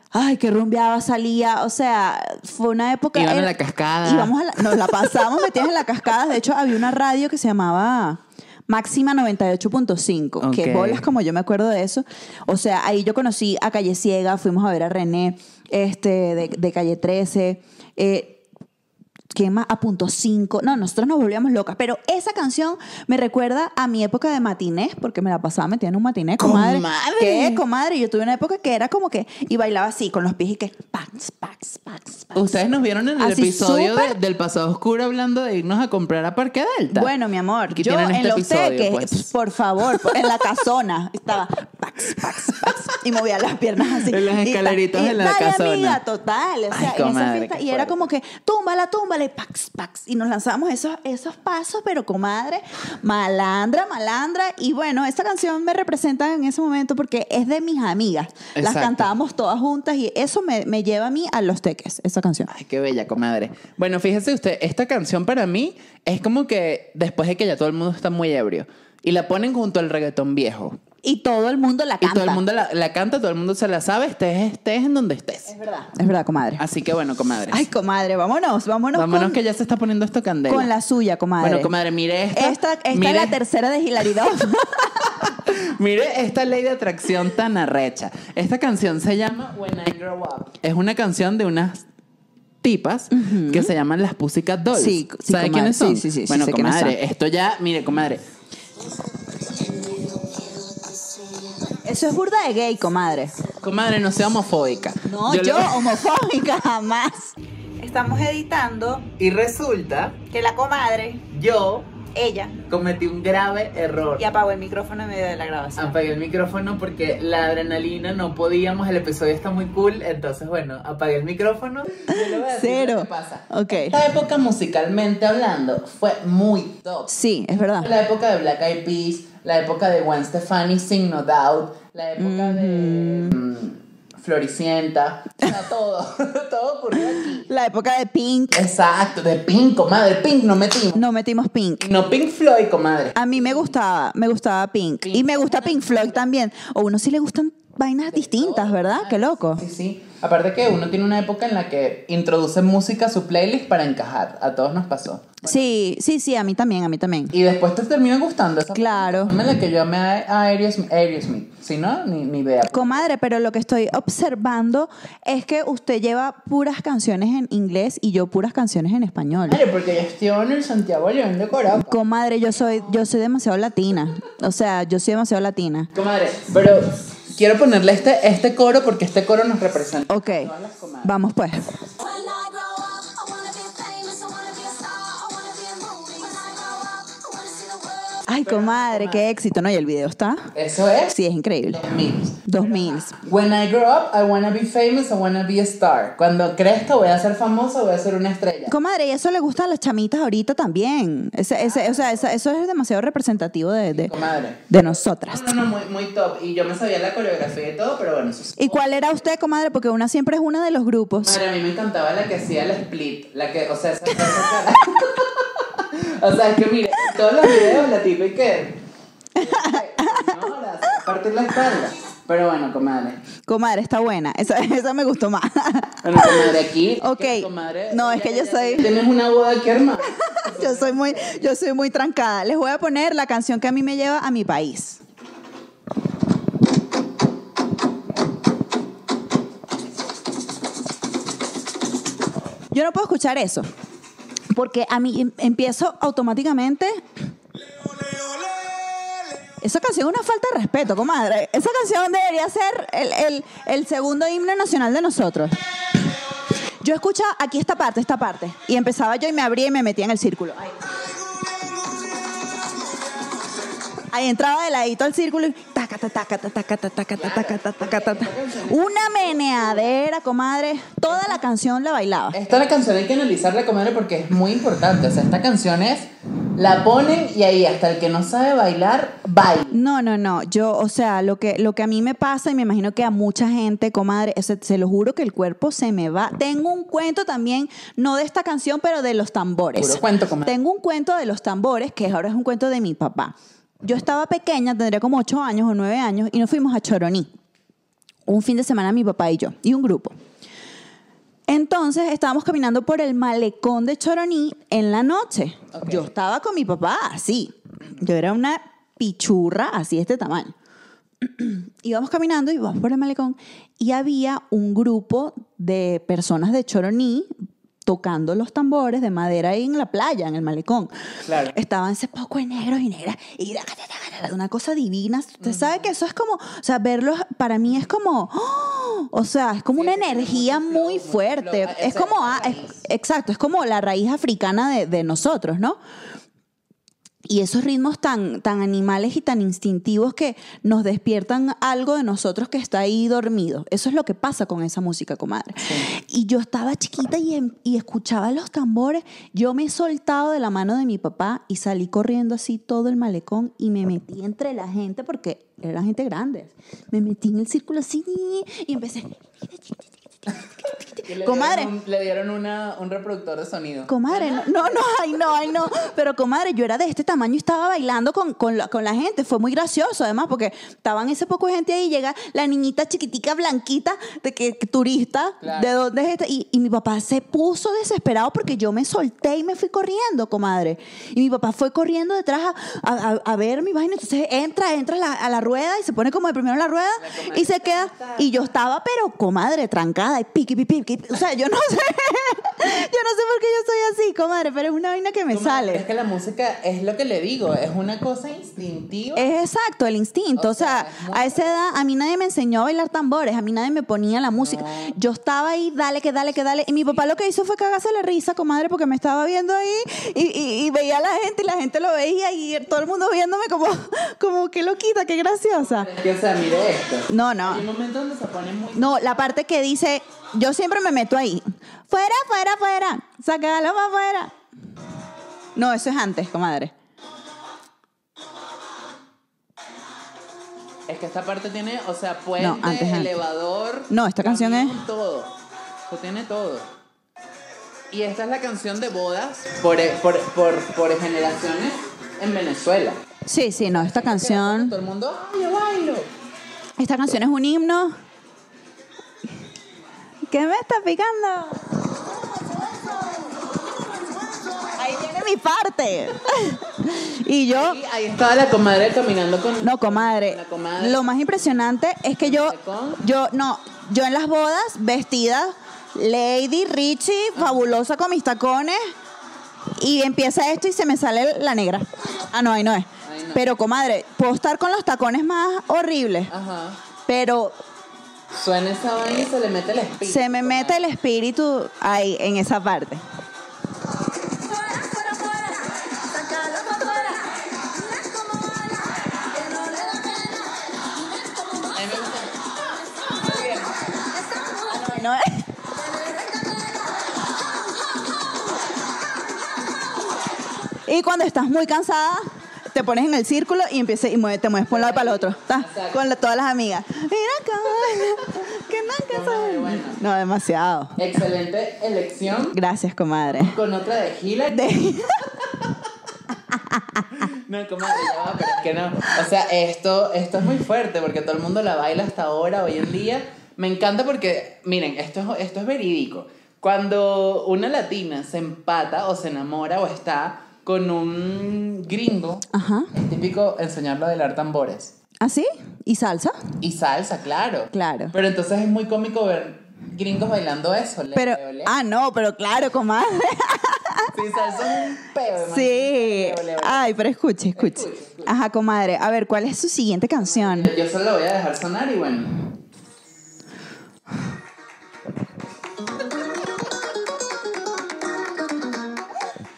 S1: Ay, que rumbeaba, salía. O sea, fue una época.
S2: Iban a
S1: era-
S2: la cascada.
S1: Íbamos a la- nos la
S2: [laughs]
S1: pasamos metidas en la cascada. De hecho, había una radio que se llamaba. Máxima 98.5, que
S2: Ok.
S1: bolas como yo me acuerdo de eso. O sea, ahí yo conocí a Calle Ciega, fuimos a ver a René, este, de, de Calle 13. Eh, quema a punto 5. No, nosotros nos volvíamos locas. Pero esa canción me recuerda a mi época de matinés, porque me la pasaba metida en un matiné, comadre.
S2: ¡Comadre!
S1: ¿Qué, comadre? Yo tuve una época que era como que. Y bailaba así, con los pies y que. Pax, pax, pax, pax.
S2: Ustedes nos vieron en el
S1: Así
S2: episodio de-
S1: súper-
S2: del pasado oscuro hablando de irnos a comprar a Parque Delta.
S1: Bueno, mi amor,
S2: Aquí
S1: yo
S2: tienen
S1: en
S2: este
S1: los
S2: episodio,
S1: teques,
S2: pues.
S1: por
S2: [laughs]
S1: favor, por- en la casona, estaba pax, pax, pax, y movía las piernas así.
S2: En las
S1: y ta-
S2: escaleritas
S1: y
S2: de la
S1: dale,
S2: casona.
S1: amiga, total, o sea,
S2: Ay,
S1: en esa
S2: comadre,
S1: fiesta,
S2: qué
S1: y era
S2: fuerte.
S1: como que túmbala, túmbala, y pax, pax, y nos lanzamos esos, esos pasos, pero comadre, malandra, malandra, y bueno, esta canción me representa en ese momento porque es de mis amigas, las
S2: Exacto.
S1: cantábamos todas juntas, y eso me, me lleva a mí a los teques, esa canción.
S2: Ay, qué bella, comadre. Bueno, fíjese usted, esta canción para mí es como que después de que ya todo el mundo está muy ebrio y la ponen junto al reggaetón viejo.
S1: Y todo el mundo la
S2: Y
S1: canta.
S2: todo el mundo la, la canta, todo el mundo se la sabe, estés, estés en donde estés.
S1: Es verdad, es verdad, comadre.
S2: Así que bueno, comadre.
S1: Ay, comadre, vámonos, vámonos,
S2: Vámonos
S1: con,
S2: que ya se está poniendo esto candela.
S1: con la suya, comadre.
S2: Bueno, comadre, mire esta.
S1: Esta, esta
S2: mire,
S1: es la tercera de Hilaridad.
S2: [laughs] Mire esta ley de atracción tan arrecha. Esta canción se llama When I Grow Up. Es una canción de unas tipas que se llaman las Pussycat Dolls.
S1: Sí, sí, comadre.
S2: ¿Sabe quiénes son?
S1: Sí, sí, sí, sí,
S2: Bueno,
S1: sé quiénes
S2: comadre, esto ya, mire, comadre.
S1: Eso es burda de gay, comadre.
S2: Comadre, no sea homofóbica.
S1: No, yo,
S2: le-
S1: homofóbica jamás. Estamos editando
S2: Y resulta,
S1: que la comadre,
S2: yo
S1: ella,
S2: cometí un grave error.
S1: apagó el micrófono en medio de la grabación.
S2: Apagué el micrófono porque la adrenalina no podíamos, el episodio está muy cool, entonces bueno, apagué el micrófono. Yo le voy a decir
S1: Cero.
S2: lo que pasa.
S1: Ok.
S2: Esta época musicalmente hablando fue muy top.
S1: Sí, es verdad.
S2: La época de Black Eyed Peas, la época de Gwen Stefani, Sing No Doubt, la época de mm, Floricienta, o sea, todo, [laughs] todo ocurrió aquí.
S1: La época de Pink,
S2: Exacto, de Pink, comadre, Pink no metimos.
S1: no metimos Pink.
S2: No Pink Floyd, comadre.
S1: A mí me gustaba, me gustaba Pink. Y me gusta Pink Floyd también. O a uno sí le gustan vainas distintas, ¿verdad? Qué loco.
S2: Sí, sí. Aparte que uno tiene una época en la que introduce música a su playlist para encajar. A todos nos pasó.
S1: Sí, sí, sí, a mí también, a mí también.
S2: Y después te termina gustando esa
S1: Claro.
S2: plataforma en la que yo amé a a Aerosmith. Aerosmith. Si no, ni, ni idea.
S1: Comadre, pero lo que estoy observando es que usted lleva puras canciones en inglés y yo puras canciones en español.
S2: Madre, porque yo estoy en el Santiago León de Corauca.
S1: Comadre, yo soy, yo soy demasiado latina. O sea, yo soy demasiado latina.
S2: Comadre, pero quiero ponerle este, este coro porque este coro nos representa.
S1: Ok, vamos pues.
S3: When I grow up, I wanna be famous, I wanna be a star, I wanna be in movies. When I grow up, I wanna see the world.
S1: Ay, comadre, qué éxito, ¿no? Y el video está.
S2: Eso es.
S1: Sí, es increíble.
S2: Los Mimos.
S1: 2000.
S2: When I grow up, I wanna be famous, I wanna be a star. Cuando crezca voy a ser famosa, voy a ser una estrella.
S1: Comadre, y eso le gusta a las chamitas ahorita también. Ese- ese- o sea, esa- eso es demasiado representativo de, de,
S2: Comadre.
S1: de nosotras.
S2: No, no, muy, muy top. Y yo me sabía la coreografía y todo, pero bueno, eso sí.
S1: ¿Y cuál era usted, comadre? Porque una siempre es una de los grupos.
S2: Madre, a mí me encantaba la que hacía el split. La que, o sea, [laughs] esa, esa- esa- O sea, es que mire, en todos los videos la tipa y que. Señora, se va a partir la espalda. Pero bueno, comadre.
S1: Comadre, está buena. Esa, [laughs] esa me gustó más.
S2: Bueno, comadre, aquí.
S1: Ok. No, es que yo soy-
S2: Tienes una boda aquí, hermano.
S1: [laughs] Yo soy muy, yo soy muy trancada. Les voy a poner la canción que a mí me lleva a mi país. Yo no puedo escuchar eso. Porque a mí em- empiezo automáticamente. Esa canción es una falta de respeto, comadre. Esa canción debería ser el, el- el segundo himno nacional de nosotros. Yo escuchaba aquí esta parte, esta parte. Y empezaba yo y me abría y me metía en el círculo. Ahí, Ahí entraba de ladito al círculo y taca, ta, taca, ta, taca, ta, taca, ta, taca, ta, taca, ta, ta. Una meneadera, comadre. Toda la canción la bailaba.
S2: Esta la canción hay que analizarla, comadre, porque es muy importante. O sea, esta canción es La ponen y ahí hasta el que no sabe bailar, baila.
S1: No, no, no. Yo, o sea, lo que, lo que a mí me pasa, y me imagino que a mucha gente, comadre, o sea, se lo juro que el cuerpo se me va. Tengo un cuento también, no de esta canción, pero de los tambores.
S2: Puro cuento, comadre.
S1: Tengo un cuento de los tambores, que ahora es un cuento de mi papá. Yo estaba pequeña, tendría como 8 años o 9 años, y nos fuimos a Choroní. Un fin de semana mi papá y yo, y un grupo. Entonces estábamos caminando por el malecón de Choroní en la noche.
S2: Ok.
S1: Yo estaba con mi papá así. Yo era una pichurra así de este tamaño. [clears throat] Íbamos caminando y vamos por el malecón y había un grupo de personas de Choroní tocando los tambores de madera ahí en la playa, en el malecón.
S2: Claro.
S1: Estaban ese poco de negros y negras y da, da, da, da, da, una cosa divina. Usted sabe que eso es como, o sea, verlos para mí es como, [gasps] ¡oh! o sea, es como una
S2: Este
S1: energía muy fuerte.
S2: flow.
S1: Es
S2: Esa es
S1: como,
S2: la
S1: ah, es-
S2: raíz.
S1: exacto, es como la raíz africana de, de nosotros, ¿no? Y esos ritmos tan, tan animales y tan instintivos que nos despiertan algo de nosotros que está ahí dormido. Eso es lo que pasa con esa música, comadre. Y yo estaba chiquita y, em- y escuchaba los tambores. Yo me he soltado de la mano de mi papá y salí corriendo así todo el malecón y me metí entre la gente porque eran gente grande. Me metí en el círculo así y empecé.
S2: Y le
S1: Comadre.
S2: dieron un- le dieron una- un reproductor de sonido.
S1: Comadre, no, no, no, ay no, ay no. Pero comadre, yo era de este tamaño y estaba bailando con, con, la, con la gente. Fue muy gracioso además porque estaban ese poco de gente ahí y llega la niñita chiquitica, blanquita, de que, que turista,
S2: Claro.
S1: de dónde es esta. Y, y mi papá se puso desesperado porque yo me solté y me fui corriendo, comadre. Y mi papá fue corriendo detrás a, a- a- a ver mi vaina. Entonces entra, entra a la, a la rueda y se pone como de primero en la rueda y se queda. Y yo estaba, pero comadre, trancada y piqui, piqui, piqui. O sea, yo no sé. [laughs] Yo no sé por qué yo soy así, comadre, pero es una vaina que me
S2: Comadre,
S1: sale.
S2: Es que la música es lo que le digo, es una cosa instintiva.
S1: Es exacto, el instinto.
S2: O
S1: O sea,
S2: sea, es muy
S1: a esa edad a mí nadie me enseñó a bailar tambores, a mí nadie me ponía la música. Yo estaba ahí, dale, que dale, que dale. Y mi papá lo que hizo fue cagarse la risa, comadre, porque me estaba viendo ahí y, y- y veía a la gente y la gente lo veía y todo el mundo viéndome como, [laughs] como que loquita, qué graciosa.
S2: Que, o sea, mire esto.
S1: No, no.
S2: Hay un momento donde se pone muy...
S1: No, la parte que dice, yo siempre me meto ahí. Fuera, fuera, fuera. Sácalo para afuera. No, eso es antes, comadre.
S2: Es que esta parte tiene, o sea, puente,
S1: No, antes, antes.
S2: elevador.
S1: No, esta canción
S2: camión,
S1: es-
S2: Todo. Lo tiene todo. Y esta es la canción de bodas por, e, por, por, por generaciones en Venezuela.
S1: Sí, sí, no, esta
S2: Que
S1: canción...
S2: Todo el mundo, ¡ay, yo bailo!
S1: Esta canción es un himno. ¿Qué me está picando? Ahí viene mi parte. y yo,
S2: Y ahí estaba la comadre caminando con...
S1: no, comadre.
S2: La comadre.
S1: Lo más impresionante es que yo,
S2: Malecón.
S1: yo, no, yo en las bodas, vestida, Lady Richie,
S2: Ah.
S1: fabulosa con mis tacones. Y empieza esto y se me sale la negra. Ah, no, ahí no es.
S2: Ahí no.
S1: Pero, comadre, puedo estar con los tacones más horribles.
S2: Ajá.
S1: Pero
S2: Suena esa vaina y se le mete el espíritu.
S1: Se me mete el espíritu ahí, en esa parte.
S3: Fuera, fuera, fuera. Sácalo pa' afuera. Mira cómo baila, que no le da pena. Mira cómo baila,
S2: A mí me gusta.
S3: esa mujer
S1: No,
S3: que le da cadena.
S1: Y cuando estás muy cansada, te pones en el círculo y empiezas y mueve- te mueves por un lado para el otro. Ta,
S2: Exacto.
S1: Con la- todas las amigas. Mira cómo baila, que no, que
S2: Comadre,
S1: soy-
S2: bueno.
S1: No, demasiado.
S2: Excelente elección.
S1: Gracias, comadre.
S2: Con otra de Gila.
S1: De-
S2: No, comadre, ya va, pero es que no. O sea, esto, esto es muy fuerte porque todo el mundo la baila hasta ahora, hoy en día. Me encanta porque, miren, esto es, esto es verídico. Cuando una latina se empata o se enamora o está con un gringo,
S1: Ajá.
S2: es típico enseñarlo a bailar tambores.
S1: ¿Así? ¿Y salsa?
S2: Y salsa, claro.
S1: Claro.
S2: Pero entonces es muy cómico ver gringos bailando eso. Le-
S1: Pero,
S2: le- le-
S1: ah, no, pero claro, comadre.
S2: Sí, salsa es un peo.
S1: Sí. Ah.
S2: imagínate. Le- le- le-
S1: Ay, pero escuche, escuche.
S2: Escuche, escuche.
S1: Ajá, comadre. A ver, ¿cuál es su siguiente canción?
S2: Yo solo lo voy a dejar sonar y bueno.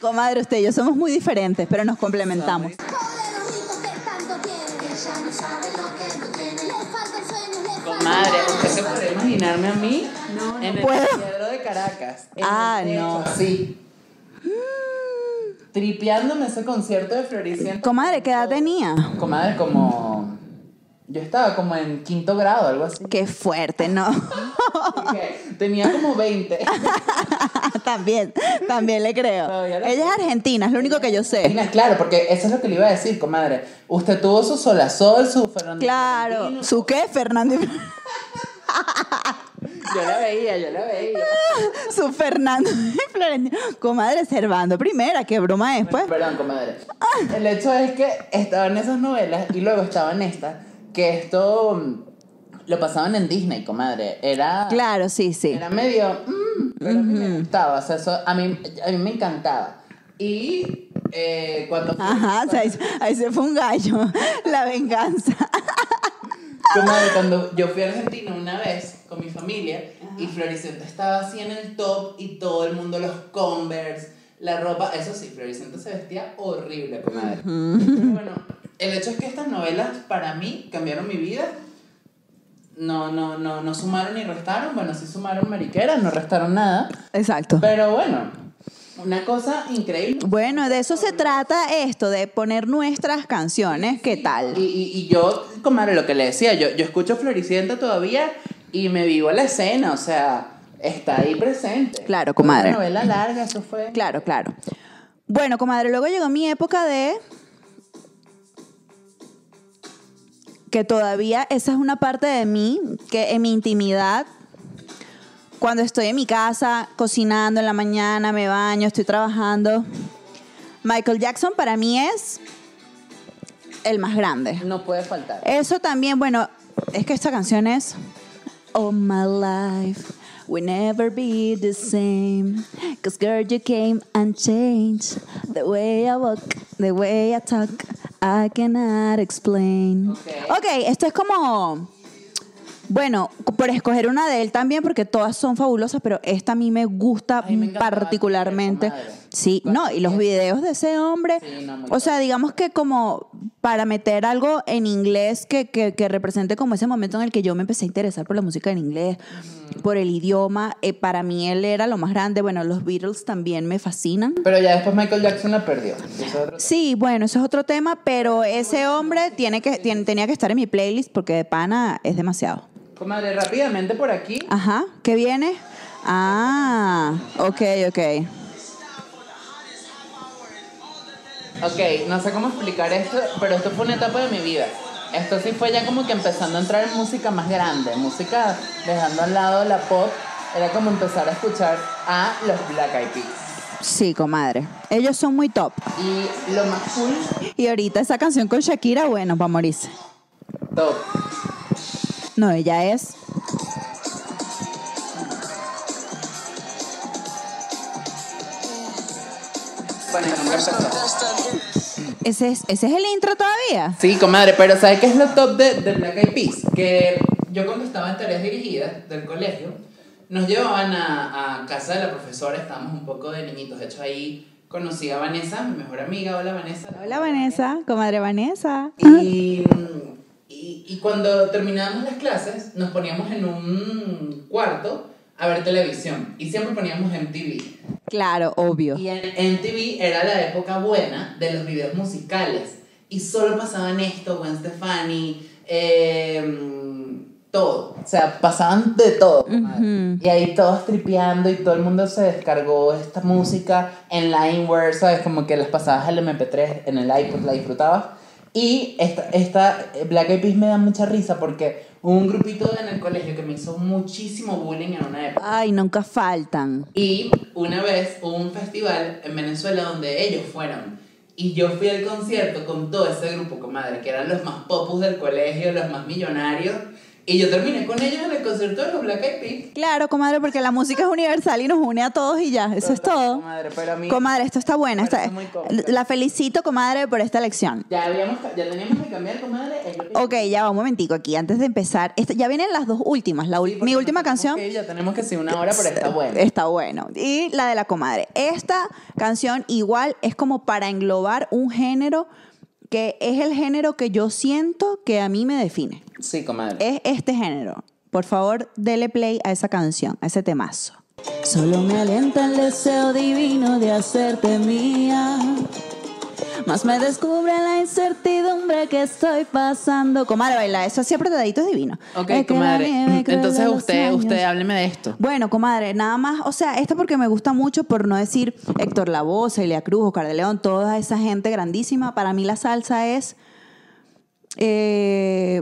S1: Comadre, usted y yo somos muy diferentes, pero nos complementamos.
S3: Joder, ojito, que tanto tiene, que ya no sabe lo que no tiene. Le falta el sueño, le falta
S2: Comadre,
S3: ganas.
S2: usted se puede imaginarme a mí en el
S1: puedo.
S2: teatro de Caracas.
S1: Ah,
S2: el techo,
S1: no.
S2: así. tripeándome ese concierto de Floricienta.
S1: Comadre, ¿qué edad tenía?
S2: Comadre, como. Yo estaba como en quinto grado, algo así.
S1: Qué fuerte, ¿no? [laughs] Oh.
S2: Que Tenía como 20.
S1: también, también le creo.
S2: Todavía la-
S1: Ella es argentina, es lo único que yo sé.
S2: Mira, Claro, porque eso es lo que le iba a decir, comadre. Usted tuvo su solazol, su Fernando.
S1: Claro.
S2: Valentino.
S1: ¿Su qué, Fernando?
S2: Yo la veía, yo la veía.
S1: [laughs] Su Fernando Florentino. Comadre, Servando primera, qué broma es, pues.
S2: Perdón, comadre. El hecho es que estaban esas novelas y luego estaban estas, que esto mm, lo pasaban en Disney, comadre. Era,
S1: Claro, sí, sí.
S2: era medio... mm, pero a mí me gustaba, o sea, eso a mí, a mí me encantaba. Y eh, cuando... fui-
S1: Ajá, o sea,
S2: cuando-
S1: ahí, ahí se fue un gallo. La venganza.
S2: Comadre, cuando yo fui a Argentina una vez con mi familia y Floricienta estaba así en el top y todo el mundo los Converse, la ropa, eso sí, Floricienta se vestía horrible, comadre. Pero bueno, el hecho es que estas novelas para mí cambiaron mi vida. No, no, no, no sumaron ni restaron. Bueno, sí sumaron mariqueras, no restaron nada.
S1: Exacto.
S2: Pero bueno, una cosa increíble.
S1: Bueno, de eso se trata esto, de poner nuestras canciones, ¿qué
S2: Y,
S1: tal?
S2: y- y yo, comadre, lo que le decía, yo, yo escucho Floricienta todavía y me vivo la escena, o sea, está ahí presente.
S1: Claro, comadre.
S2: Una novela larga, eso fue.
S1: Claro, claro. Bueno, comadre, luego llegó mi época de... Que todavía esa es una parte de mí, que en mi intimidad, cuando estoy en mi casa, cocinando en la mañana, me baño, estoy trabajando, Michael Jackson para mí es el más grande.
S2: No puede faltar.
S1: Eso también, bueno, es que esta canción es All my life we never be the same Cause girl you came and changed The way I walk, the way I talk I cannot explain
S2: Ok.
S1: ok, esto es como bueno, por escoger una de él también, porque todas son fabulosas, pero esta a mí me gusta
S2: Ay, me encantaba
S1: particularmente.
S2: Chandler, comadre.
S1: Sí, no, y los videos de ese hombre.
S2: Sí, no, muy
S1: o sea, digamos que como para meter algo en inglés que, que- que represente como ese momento en el que yo me empecé a interesar por la música en inglés, por el idioma, eh, para mí él era lo más grande. Bueno, los Beatles también me fascinan.
S2: Pero ya después Michael Jackson la perdió. Eso es otro-
S1: Sí, bueno, eso es otro tema, pero ese hombre tiene que, tiene- tenía que estar en mi playlist porque de pana es demasiado.
S2: Comadre, rápidamente por aquí.
S1: Ajá, ¿qué viene? Ah, ok, ok.
S2: Ok, no sé cómo explicar esto, pero esto fue una etapa de mi vida. Esto sí fue ya como que empezando a entrar en música más grande, música dejando al lado la pop, era como empezar a escuchar a los Black Eyed Peas.
S1: Sí, comadre. Ellos son muy top.
S2: Y lo más cool
S1: Y ahorita esa canción con Shakira, bueno, para morirse.
S2: Top.
S1: No, ella es. Ese es, ese es el intro todavía.
S2: Sí, comadre, pero ¿sabes qué es lo top de, de Black Eyed Peas? Que yo cuando estaba en tareas dirigidas del colegio, nos llevaban a, a casa de la profesora, estábamos un poco de niñitos. De hecho, ahí conocí a Vanessa, mi mejor amiga. Hola, Vanessa.
S1: Hola Vanessa, comadre Vanessa.
S2: Y, y, y cuando terminábamos las clases, nos poníamos en un cuarto a ver televisión. Y siempre poníamos MTV.
S1: Claro, obvio.
S2: Y en MTV era la época buena de los videos musicales. Y solo pasaban esto, Gwen Stefani, em, todo. O sea, pasaban de todo. comadre. Y ahí todos tripeando y todo el mundo se descargó esta música en Lineware, ¿sabes? Como que las pasabas al MP3 en el iPod, la disfrutabas. Y esta, esta eh, Black Eyed Peas me da mucha risa porque hubo un grupito en el colegio que me hizo muchísimo bullying en una época.
S1: Ay, nunca faltan.
S2: Y una vez hubo un festival en Venezuela donde ellos fueron. Y yo fui al concierto con todo ese grupo, comadre, que eran los más popus del colegio, los más millonarios. Y yo terminé con ellos en el concierto de los Black Eyed Peas.
S1: Claro, comadre, porque la música es universal y nos une a todos y ya, eso es todo.
S2: Comadre, pero a mí-
S1: Comadre, esto está buena.
S2: Pero
S1: esta-
S2: está muy cómica.
S1: la felicito, comadre, por esta elección.
S2: Ya, habíamos, ca- ya teníamos que cambiar, comadre. es lo que-
S1: Ok, ya va un momentico aquí, antes de empezar. Esta- ya vienen las dos últimas. La ul-
S2: Sí, porque
S1: mi
S2: nos
S1: última
S2: tenemos
S1: canción.
S2: que ir, ya tenemos que sí una hora, pero está bueno.
S1: Está bueno. Y la de la comadre. Esta canción igual es como para englobar un género que es el género que yo siento que a mí me define.
S2: Sí, comadre.
S1: Es este género. Por favor, dele play a esa canción, a ese temazo. Solo me alienta el deseo divino de hacerte mía. Más me descubre la incertidumbre que estoy pasando. Comadre, baila, eso así apretadito es divino. Es
S2: Ok,
S1: que la
S2: comadre.
S1: nieve cruel
S2: Entonces
S1: de los
S2: usted,
S1: años.
S2: usted hábleme de esto.
S1: Bueno, comadre, nada más, o sea, esta porque me gusta mucho, por no decir Héctor Lavoe, Elia Cruz, Oscar de León, toda esa gente grandísima. Para mí la salsa es eh,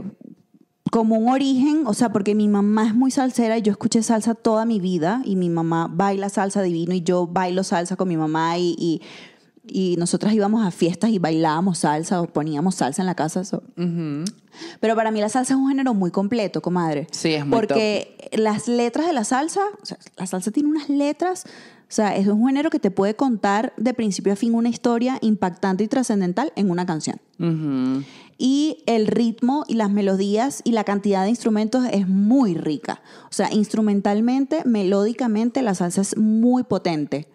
S1: como un origen, o sea, porque mi mamá es muy salsera y yo escuché salsa toda mi vida y mi mamá baila salsa divino y yo bailo salsa con mi mamá y... y y nosotras íbamos a fiestas y bailábamos salsa o poníamos salsa en la casa. so- Pero para mí la salsa es un género muy completo, comadre.
S2: Sí, es muy
S1: Porque las letras de la salsa, o sea, la salsa tiene unas letras, o sea, es un género que te puede contar de principio a fin una historia impactante y trascendental en una canción.
S2: Ujú.
S1: Y el ritmo y las melodías y la cantidad de instrumentos es muy rica. O sea, instrumentalmente, melódicamente, la salsa es muy potente.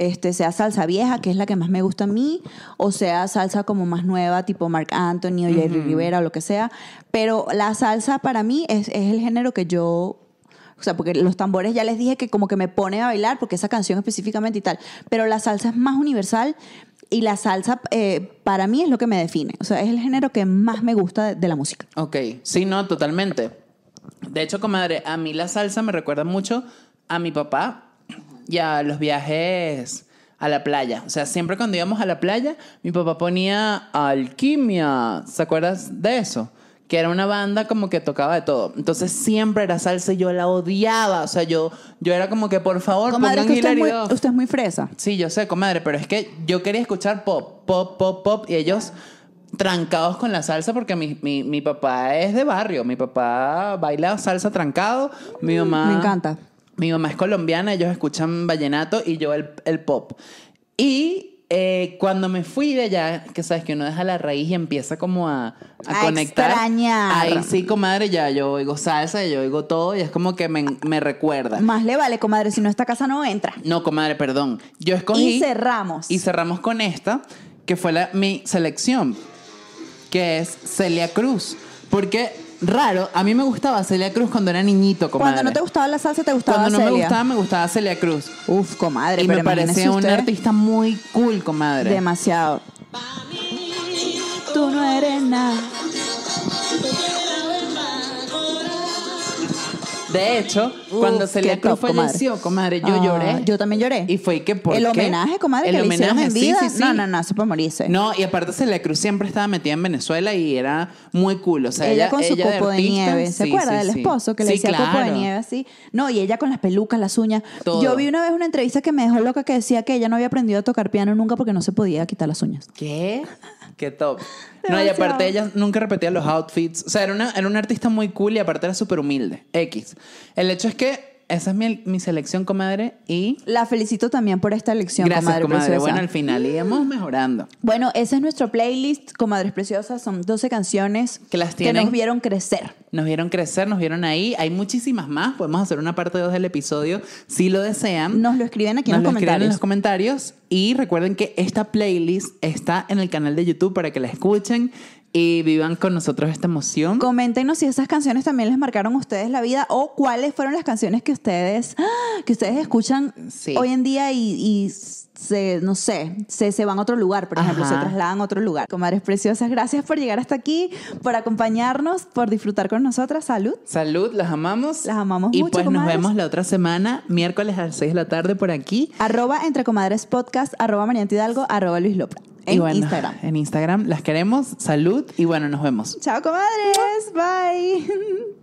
S1: Este, sea salsa vieja, que es la que más me gusta a mí, o sea salsa como más nueva, tipo Marc Anthony o Jerry Rivera o lo que sea. Pero la salsa para mí es, es el género que yo. O sea, porque los tambores ya les dije que como que me pone a bailar, porque esa canción específicamente y tal. Pero la salsa es más universal y la salsa eh, para mí es lo que me define. O sea, es el género que más me gusta de, de la música.
S2: Ok, sí, no, totalmente. De hecho, comadre, a mí la salsa me recuerda mucho a mi papá y a los viajes a la playa. O sea, siempre cuando íbamos a la playa, mi papá ponía alquimia. ¿Se acuerdas de eso? Que era una banda como que tocaba de todo. Entonces siempre era salsa y yo la odiaba. O sea, yo, yo era como que, por favor,
S1: Comadre,
S2: pongan
S1: que usted es, muy,
S2: Hilary Duff".
S1: usted es muy fresa.
S2: Sí, yo sé, comadre, pero es que yo quería escuchar pop, pop, pop, pop, y ellos trancados con la salsa porque mi, mi, mi papá es de barrio, mi papá baila salsa trancado, mi mamá...
S1: Me encanta.
S2: Mi mamá es colombiana, ellos escuchan vallenato y yo el, el pop. Y eh, cuando me fui de allá, que sabes que uno deja la raíz y empieza como a, a
S1: A
S2: conectar.
S1: extrañar.
S2: Ahí sí, comadre, ya yo oigo salsa, yo oigo todo y es como que me, me recuerda.
S1: Más le vale, comadre, si no esta casa no entra.
S2: No, comadre, perdón. Yo escogí.
S1: Y cerramos.
S2: Y cerramos con esta, que fue la- mi selección, que es Celia Cruz. Porque, raro, a mí me gustaba Celia Cruz cuando era niñito, comadre.
S1: Cuando no te gustaba la salsa, te gustaba
S2: Cuando no me
S1: Celia.
S2: gustaba, me gustaba Celia Cruz.
S1: Uf, comadre,
S2: Y
S1: pero
S2: me parecía
S1: imagínese
S2: un
S1: usted,
S2: artista muy cool, comadre.
S1: Demasiado. Tú no eres nada.
S2: De hecho,
S1: Uf,
S2: cuando
S1: qué
S2: Celia
S1: top,
S2: Cruz
S1: comadre.
S2: falleció, comadre, yo
S1: Ah,
S2: lloré.
S1: Yo también lloré.
S2: Y fue que por
S1: El
S2: qué?
S1: homenaje, comadre, que le hicieron en
S2: homenaje, sí,
S1: vida.
S2: sí, sí.
S1: No, no, no, eso para morirse.
S2: No, y aparte Celia Cruz siempre estaba metida en Venezuela y era muy cool. O sea,
S1: ella,
S2: ella,
S1: con su
S2: ella
S1: copo de,
S2: artista,
S1: nieve. ¿Se
S2: sí,
S1: acuerda
S2: sí,
S1: del
S2: sí.
S1: esposo que le
S2: Sí,
S1: decía copo de
S2: claro.
S1: nieve así? No, y ella con las pelucas, las uñas.
S2: Todo.
S1: Yo vi una vez una entrevista que me dejó loca que decía que ella no había aprendido a tocar piano nunca porque no se podía quitar las uñas.
S2: ¿Qué? Qué top. No, y
S1: Demasiado.
S2: aparte ella nunca repetía los outfits. O sea, era una, era una artista muy cool y aparte era súper humilde. X. El hecho es que esa es mi, mi selección, comadre, y...
S1: La felicito también por esta elección,
S2: Gracias, comadre.
S1: preciosa.
S2: Bueno, al final íbamos mejorando.
S1: Bueno, ese es nuestro playlist, Comadres Preciosas. Son 12 canciones
S2: Que las tienen.
S1: nos vieron crecer.
S2: Nos vieron crecer, nos vieron ahí. Hay muchísimas más. Podemos hacer una parte 2 del episodio si lo desean.
S1: Nos lo escriben aquí en los
S2: Nos lo escriben en
S1: comentarios.
S2: los comentarios. Y recuerden que esta playlist está en el canal de YouTube para que la escuchen y vivan con nosotros esta emoción.
S1: Coméntenos si esas canciones también les marcaron a ustedes la vida o cuáles fueron las canciones que ustedes [gasps] ¡ah! que ustedes escuchan
S2: Sí.
S1: hoy en día y, y se, no sé, se, se van a otro lugar, por ejemplo,
S2: Ajá.
S1: se trasladan a otro lugar. Comadres preciosas, gracias por llegar hasta aquí, por acompañarnos, por disfrutar con nosotras. Salud.
S2: Salud, las amamos.
S1: Las amamos
S2: y
S1: mucho,
S2: pues nos
S1: comadres.
S2: vemos la otra semana, miércoles a las 6 de la tarde por aquí.
S1: Arroba entre comadres podcast, arroba Mariana Hidalgo, arroba Luis Lopra. En
S2: y bueno,
S1: Instagram.
S2: En Instagram. Las queremos. Salud. Y bueno, nos vemos.
S1: Chao, comadres. Bye.